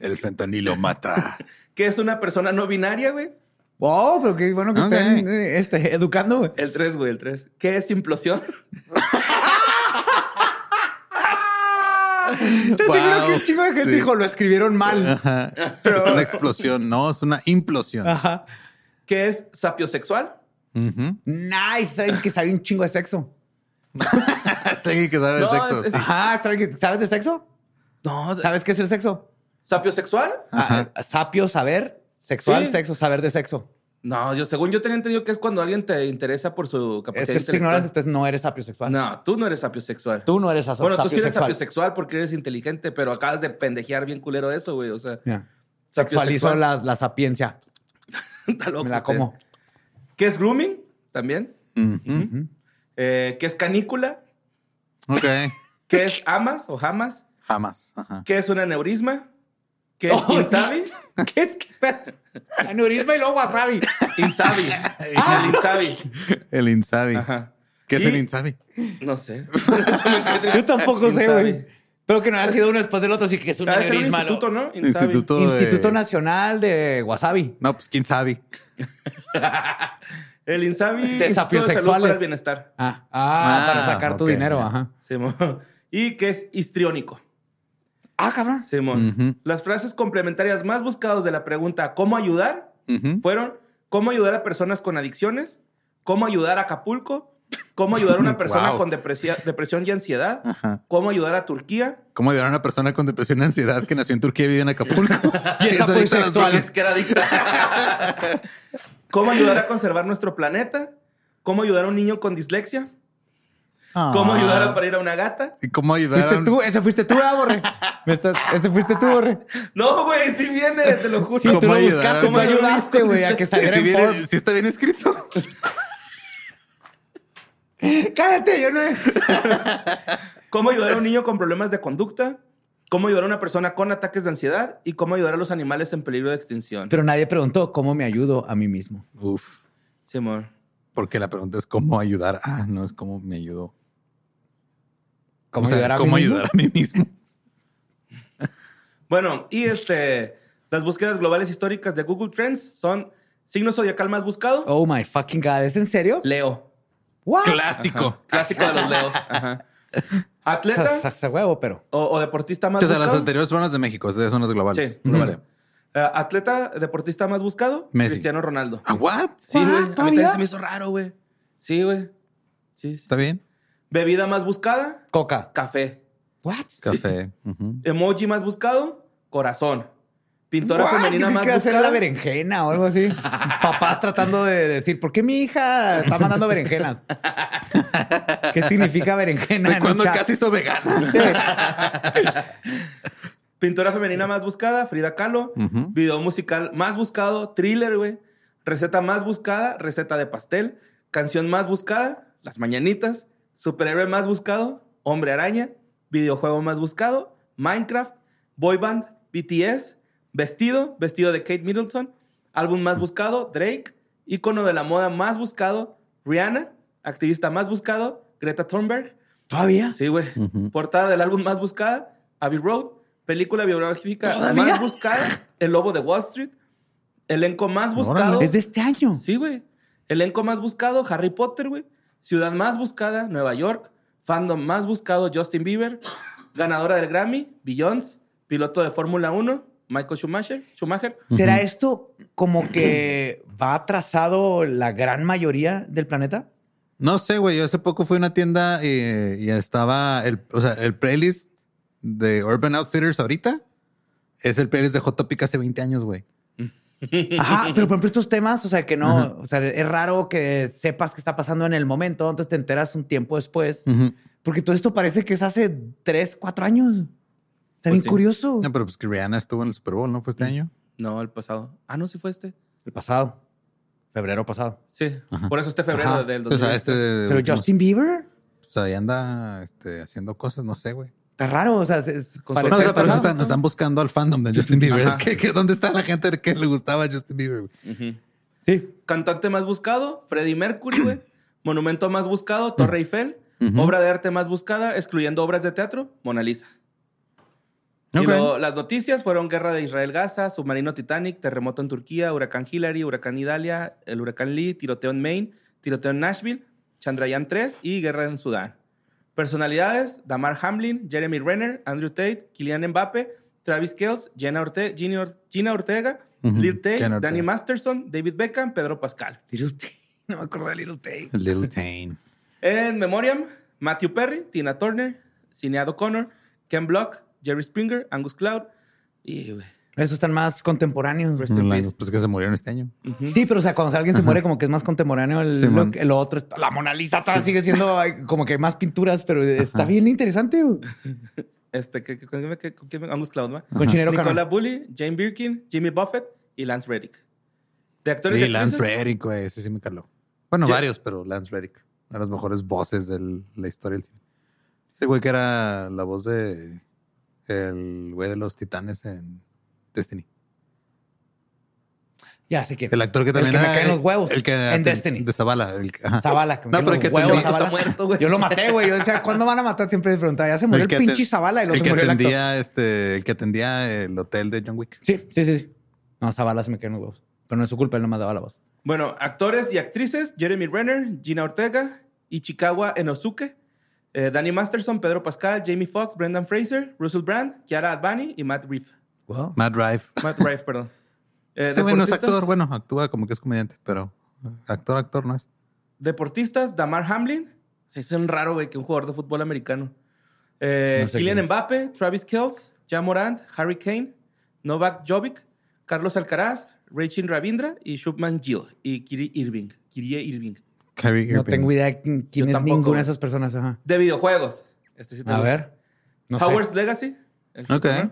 F: El fentanilo mata.
C: ¿Qué es una persona no binaria, güey?
E: Wow, pero qué bueno que
F: Ok.
E: estén eh, este, educando, güey.
C: El 3, güey, el 3. ¿Qué es implosión?
E: Te aseguro
F: Wow.
E: que un chingo de gente
F: Sí.
E: dijo, lo escribieron mal.
F: Ajá. Es una explosión, no, es una implosión.
E: Ajá.
C: ¿Qué es sapiosexual?
F: Ujú.
E: Nice, saben que sabe un chingo de sexo.
F: Hasta alguien que sabe de
C: No,
F: sexo.
C: es- es-
F: sí.
E: Ajá, ¿saben que- ¿sabes de sexo?
C: No,
E: ¿Sabes qué es el sexo?
C: ¿sapiosexual?
F: Ajá.
E: Ah, sapio, saber, sexual,
C: Sí.
E: sexo, saber de sexo.
C: No, yo según yo tenía entendido que es cuando alguien te interesa por su
E: Es,
C: capacidad
E: es
C: intelectual.
E: ignorancia, entonces no eres sapio sexual.
C: No, tú no eres sapiosexual.
E: Tú no eres aso-
C: bueno, tú
E: sapio
C: sí eres
E: sexual.
C: sapiosexual porque eres inteligente, pero acabas de pendejear bien culero eso, güey. O sea,
E: Mira,
C: sapiosexual.
E: Sexualizo la, la sapiencia.
C: Está loco
E: Me la
C: usted.
E: como.
C: ¿Qué es grooming? También.
F: Ujú.
C: Eh, ¿Qué es canícula?
F: Ok.
C: ¿Qué es amas o jamas?
F: Jamás. Ajá.
C: ¿Qué es un aneurisma? ¿Qué es
E: Oh,
C: insabi?
E: ¿Qué es? Aneurisma y luego wasabi.
C: Insabi. El insabi.
F: El Insabi.
C: Ajá.
F: ¿Qué es
C: Y-
F: el Insabi?
C: No sé.
E: Yo tampoco sé,
C: Insabi.
E: güey. Pero que no haya sido uno después del otro, sí que es un
C: Ha de ser un
E: aneurisma. ¿no?
C: instituto, ¿no? Insabi.
F: Instituto. de-
E: Instituto Nacional de Wasabi.
F: No, pues quién sabe.
C: El Insabi. Instituto
E: Desafíos
C: de Salud
E: sexuales.
C: para el bienestar.
E: Ah, ah,
F: Ah,
E: para sacar tu
F: ok,
E: dinero,
F: ya.
E: ajá.
C: Simón. Y que es histriónico.
E: Ah, cabrón.
C: Simón.
F: Ujú.
C: Las frases complementarias más buscadas de la pregunta ¿Cómo ayudar?
F: Ujú.
C: fueron cómo ayudar a personas con adicciones, cómo ayudar a Acapulco, cómo ayudar a una persona
F: Wow.
C: con depresia- depresión y ansiedad,
F: Ajá.
C: cómo ayudar a Turquía.
F: ¿Cómo ayudar a una persona con depresión y ansiedad que nació en Turquía y vive en Acapulco?
E: Y esa fue
F: adicta a las
E: sexual.
F: drogas.
C: que era adicta. cómo ayudar a conservar nuestro planeta, cómo ayudar a un niño con dislexia, cómo
F: Ah.
C: ayudar a parir a una gata.
F: ¿Y cómo ayudar a
E: Fuiste
F: un-
E: tú, ese fuiste tú, ah, Borre. Me estás- Ese fuiste tú, Borre.
C: No, güey, sí viene, te lo juro.
E: Sí,
F: ¿Cómo
E: tú lo
F: ayudar?
E: buscaste, tú
F: ¿Cómo ayudar?
E: ayudaste, güey, a que
F: Sí,
E: saliera
F: sí
E: en
F: viene-
E: Forbes.
F: sí está bien escrito.
E: Cállate, yo no... he-
C: Cómo ayudar a un niño con problemas de conducta, cómo ayudar a una persona con ataques de ansiedad y cómo ayudar a los animales en peligro de extinción.
E: Pero nadie preguntó cómo me ayudo a mí mismo.
F: Uf.
C: Sí, amor.
F: Porque la pregunta es cómo ayudar. Ah, no es cómo me ayudó.
E: ¿Cómo
F: O sea,
E: ayudar a
F: ¿cómo
E: mí
F: ayudar a mí mismo?
C: Bueno, y este, las búsquedas globales históricas de Google Trends son signo zodiacal más buscado,
E: mismo? Oh my fucking God. ¿Es en serio?
C: Leo,
E: What?
F: Clásico.
C: clásico de los Leos. Ajá. Atleta
E: Sa- sa- sa- huevo, pero...
C: o, o deportista más
F: O sea,
C: buscado.
F: las anteriores fueron las de México. Esas son las globales.
C: Sí, globales.
F: Ujú.
C: Eh, atleta, deportista más buscado,
F: Messi.
C: Cristiano Ronaldo.
F: Ah, what?
C: Sí, güey. A
E: ¿todavía?
C: mí también se me hizo raro, güey. Sí, güey. Sí, sí.
F: ¿Está bien?
C: Bebida más buscada,
E: Coca.
C: café.
E: What?
F: Café. Ujú.
C: Emoji más buscado, corazón. Pintora
E: What? Yo
C: femenina
E: creí
C: más
E: que iba a ser la
C: buscada.
E: berenjena o algo así. Papás tratando de decir, ¿por qué mi hija está mandando berenjenas? ¿Qué significa berenjena? en
F: ¿De
E: un
F: cuándo
E: chat?
F: casi hizo vegana?
C: Pintora femenina más buscada, Frida Kahlo.
F: Ujú.
C: Video musical más buscado, thriller, güey. Receta más buscada, receta de pastel. Canción más buscada, Las Mañanitas. Superhéroe más buscado, Hombre Araña. Videojuego más buscado, Minecraft. Boyband, BTS. Vestido, vestido de Kate Middleton. Álbum más buscado, Drake. Icono de la moda más buscado, Rihanna. Activista más buscado, Greta Thunberg.
E: ¿Todavía?
C: Sí, güey.
F: Ujú.
C: Portada del álbum más buscada, Abbey Road. Película biográfica
E: ¿Todavía?
C: más buscada, El Lobo de Wall Street. Elenco más buscado.
E: Es de este año.
C: Sí, güey. Elenco más buscado, Harry Potter, güey. Ciudad más buscada, Nueva York. Fandom más buscado, Justin Bieber. Ganadora del Grammy, Beyoncé. Piloto de Fórmula 1, Michael Schumacher. Schumacher.
E: ¿Será esto como que va atrasado la gran mayoría del planeta?
F: No sé, güey. Yo hace poco fui a una tienda eh, y, y estaba el, o sea, el playlist de Urban Outfitters ahorita. Es el playlist de Hot Topic hace 20 años, güey.
E: Ajá, pero por ejemplo estos temas, o sea, que no, o sea, es raro que sepas qué está pasando en el momento, entonces te enteras un tiempo después,
F: Ujú.
E: porque todo esto parece que es hace tres, cuatro años. Está
C: Pues
E: bien
C: sí.
E: curioso.
F: No, pero pues que Rihanna estuvo en el Super Bowl, ¿no? ¿Fue este año?
C: No, el pasado. Ah, no, sí fue este.
E: El pasado, febrero pasado.
C: Sí. Por eso este febrero
E: Ajá.
C: del
F: O sea,
C: 2023.
F: este...
E: Pero
F: último-
E: Justin Bieber,
F: O sea, ahí anda este, haciendo cosas, no sé, güey.
E: está raro, o sea, es,
C: Con
E: parece
F: No, o sea,
E: el
F: pero
E: pasado.
F: están, están buscando al fandom de Justin Bieber.
C: Ajá.
F: Es que, que ¿dónde está la gente que le gustaba a Justin Bieber? güey?
C: Ujú.
E: Sí.
C: Cantante más buscado, Freddie Mercury, güey. Monumento más buscado, Torre Eiffel.
F: Ujú.
C: Obra de arte más buscada, excluyendo obras de teatro, Mona Lisa. Y
F: Ok.
C: luego, las noticias fueron guerra de Israel-Gaza, submarino Titanic, terremoto en Turquía, huracán Hillary, huracán Idalia, el huracán Lee, tiroteo en Maine, tiroteo en Nashville, Chandrayaan 3 y guerra en Sudán. Personalidades, Damar Hamlin, Jeremy Renner, Andrew Tate, Kylian Mbappe, Travis Kells, Jenna Orte- Gina, Or- Gina Ortega,
F: Ujú,
C: Lil Tay,
F: Jenna Ortega.
C: Danny Masterson, David Beckham, Pedro Pascal.
E: Little Tay. No me acuerdo de Little Tay.
F: Little Tane.
C: En Memoriam, Matthew Perry, Tina Turner, Cineado Connor, Ken Block, Jerry Springer, Angus Cloud y... güey,
E: Esos están más contemporáneos.
C: Rest in peace.
F: Pues que se murieron este año.
E: Sí, pero o sea, cuando alguien se muere, como que es más contemporáneo el
F: Sí, man.
E: look. El otro, está- la Mona Lisa todavía sigue siendo ay, como que hay más pinturas, pero está bien interesante. güey.
C: Este, que, que- que- que- que- que- Angus Cloud, ¿va?
E: Con Chinero
C: Nicola
E: Cano.
C: Bully, Jane Birkin, Jimmy Buffett y Lance Reddick. De actores
F: Y
C: y
F: Lance
C: actrices,
F: Reddick, güey. Ese sí me caló. Bueno,
C: Yo-
F: varios, pero Lance Reddick. Una de las mejores voces de la historia del cine. Ese güey que era la voz de... El güey de los titanes en Destiny.
E: Ya sé quién.
F: El actor que también
E: El que me
F: era-
E: cae en los huevos.
F: El que
E: En Destiny.
F: De Zavala. el que- ajá.
E: Zavala. que me
F: No,
E: caen
F: pero
E: los
F: que
E: huevos,
F: tendría-
E: Zavala.
C: está muerto, güey.
E: Yo lo maté, güey. Yo decía, ¿cuándo van a matar? Siempre me preguntaba. Ya se murió el,
F: que
E: pinche
F: aten-
E: Zavala y luego
F: el
E: se
F: que
E: murió el actor.
F: atendía este, el que atendía el hotel de John Wick.
E: Sí, sí, sí. sí. No, Zavala se me quedó en los huevos. Pero no es su culpa, él no más daba la voz.
C: Bueno, actores y actrices, Jeremy Renner, Gina Ortega, Ichikawa Enosuke, eh, Danny Masterson, Pedro Pascal, Jamie Foxx, Brendan Fraser, Russell Brand, Kiara Advani y Matt Reeves.
E: Wow.
F: Matt Rife.
C: Matt Reeves, perdón. Eh,
F: Ese güey no es
C: deportistas-
F: actor, bueno, actúa como que es comediante, pero actor, actor no es.
C: Deportistas, Damar Hamlin. Se hizo un raro, güey, que un jugador de fútbol americano. Eh,
E: No sé
C: Kylian
E: quién es.
C: Mbappe, Travis Kells, Jan Morant, Harry Kane, Novak Jovic, Carlos Alcaraz, Rachin Ravindra y Shubman Gill y Kyrie Irving. Kyrie Irving.
F: Kyrie
E: No
F: Irving.
E: tengo idea de quién quién
C: Yo
E: es
C: tampoco,
E: ninguna
C: güey.
E: de esas personas. Ajá.
C: De videojuegos. Este sí te
E: A
C: gusta.
E: ver. No sé.
C: Howard's Legacy. el
F: Ok.
C: shooter,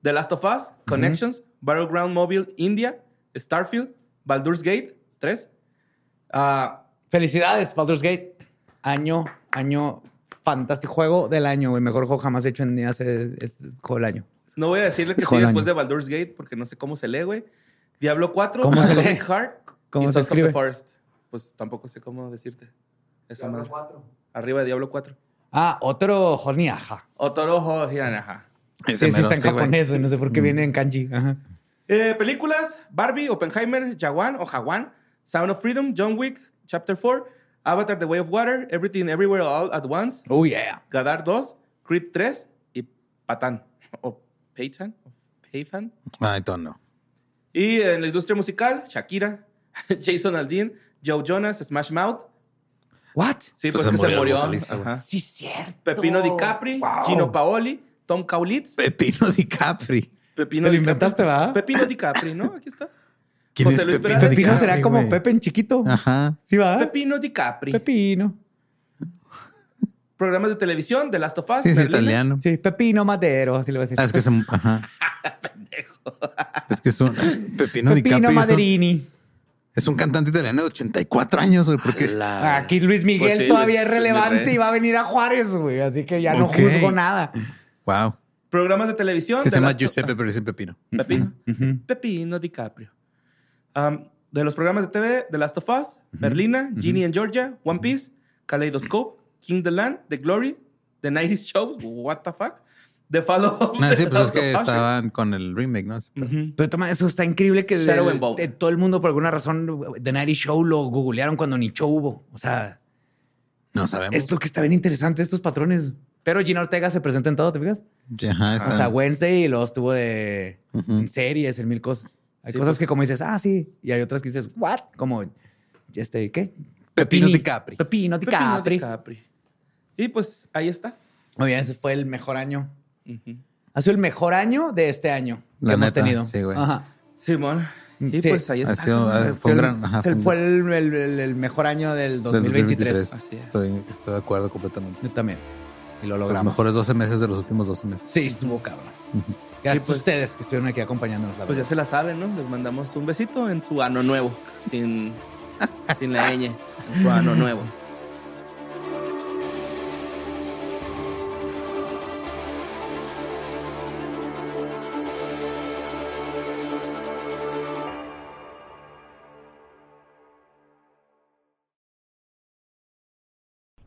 C: The Last of Us, Connections, Battleground Mobile India, Starfield, Baldur's Gate 3. Ah,
E: Felicidades, Baldur's Gate. Año, año, fantástico juego del año, güey. Mejor juego jamás hecho en hace es, juego del año.
C: no voy a decirle que
E: Hijo
C: sí
E: del
C: después
E: año.
C: de Baldur's Gate porque no sé cómo se lee, güey. Diablo 4,
E: ¿Cómo se
C: Atomic
E: lee?
C: Heart
E: ¿Cómo se
C: Sons of the
E: escribe?
C: Forest. Pues tampoco sé cómo decirte. Esa madre. Arriba de Diablo 4.
E: Ah, otro Joniaja.
C: Otorojo Hiranaha.
E: Sí,
F: Ese
E: sí,
F: mero,
E: está en
F: sí, güey. Mm.
E: japonés, güey. No sé por qué viene en kanji. Ajá.
C: Eh, películas: Barbie, Oppenheimer, Jaguan o Jaguan, Sound of Freedom, John Wick, Chapter 4, Avatar The Way of Water, Everything Everywhere All at Once,
E: Oh, yeah.
C: Gadar 2, Creed 3 y Patán. O Paytan. o Payfan.
F: I don't know.
C: Y en la industria musical, Shakira, Jason Aldean, Joe Jonas, Smash Mouth.
E: What?
C: Sí,
F: Pues
C: pues,
F: se murió
C: que se
F: el
C: murió.
F: vocalista, güey.
C: Ajá.
E: Sí, cierto.
C: Pepino DiCapri,
E: Wow.
C: Gino Paoli, Tom Kaulitz.
F: Pepino DiCapri.
C: Pepino
E: Te lo
C: DiCapri.
E: inventaste, ¿verdad?
C: Pepino DiCapri, ¿no? Aquí está.
F: ¿Quién
C: José
F: es
C: Luis
F: Pepino,
C: Peralta.
E: Pepino será
F: DiCapri,
E: como
F: güey?
E: Pepe en chiquito.
F: Ajá.
E: Sí, va.
C: Pepino DiCapri.
E: Pepino.
C: Programas de televisión, The Last of Us.
F: Sí, es
C: Merlina.
F: italiano.
E: Sí, Pepino Madero, así le voy a decir.
F: Ah, es que es un... Ajá. Es que es un... Pepino,
E: Pepino
F: DiCapri es un-
E: Maderini.
F: Es un cantante italiano de 84 años, güey, porque
E: Aquí Luis Miguel
C: Pues sí,
E: todavía es
C: es- es mi
E: relevante
C: rey.
E: y va a venir a Juárez, güey. Así que ya no
F: Ok.
E: juzgo nada.
F: wow,
C: Programas de televisión.
F: que se
C: The
F: llama
C: Last of-
F: Giuseppe, pero dicen Pepino.
C: Pepino. Pepino DiCaprio. Am, de los programas de TV, The Last of Us, Berlina, Genie and Georgia, One Piece, Kaleidoscope, King the Land, The Glory, The 90s Shows, what the fuck, The Follow Up.
F: No, sí,
C: The
F: pues es
C: Last of
F: que
C: Us.
F: estaban con el remake, ¿no?
C: Ujú.
E: Pero toma, eso está increíble que de-
C: Shadow and Bone.
E: de todo el mundo, por alguna razón, The Nighty Show lo googlearon cuando ni show hubo. O sea,
F: No sabemos.
E: es lo que está bien interesante, estos patrones. Pero Gina Ortega se presenta en todo, ¿te fijas?
F: Ajá, está.
E: Hasta Wednesday y luego estuvo de
F: Ah. Ujú.
E: en series, en mil cosas. Hay
C: Sí,
E: cosas
C: pues.
E: que como dices, ah, sí. Y hay otras que dices, what? Como, este, ¿qué?
F: Pepino
E: Pepini-
F: DiCapri.
E: Pepino
C: Pepino
E: DiCapri.
C: DiCapri. Y pues ahí está.
E: Muy bien, ese fue el mejor año.
C: Ujú.
E: Ha sido el mejor año de este año
F: La
E: que
F: neta,
E: hemos tenido.
F: sí, güey.
E: Ajá.
C: Simón. Y
E: Sí.
C: pues ahí
F: Ha
C: está.
F: sido- ah, fue un gran... Ajá,
E: Se-
F: fue un-
E: fue el, el- el- el mejor año del
F: del
E: 2023.
C: Así es.
F: Estoy, estoy de acuerdo completamente.
E: Yo también. Y lo
F: Los
E: logramos.
F: mejores 12 meses de los últimos 12 meses.
E: Sí, estuvo cabrón.
F: Ujú.
E: Gracias
C: Y pues-
E: a ustedes que estuvieron aquí acompañándonos. La
C: Pues ya
E: verdad.
C: se la saben, ¿no? Les mandamos un besito en su ano nuevo. Sin, sin la ñ. En su ano nuevo.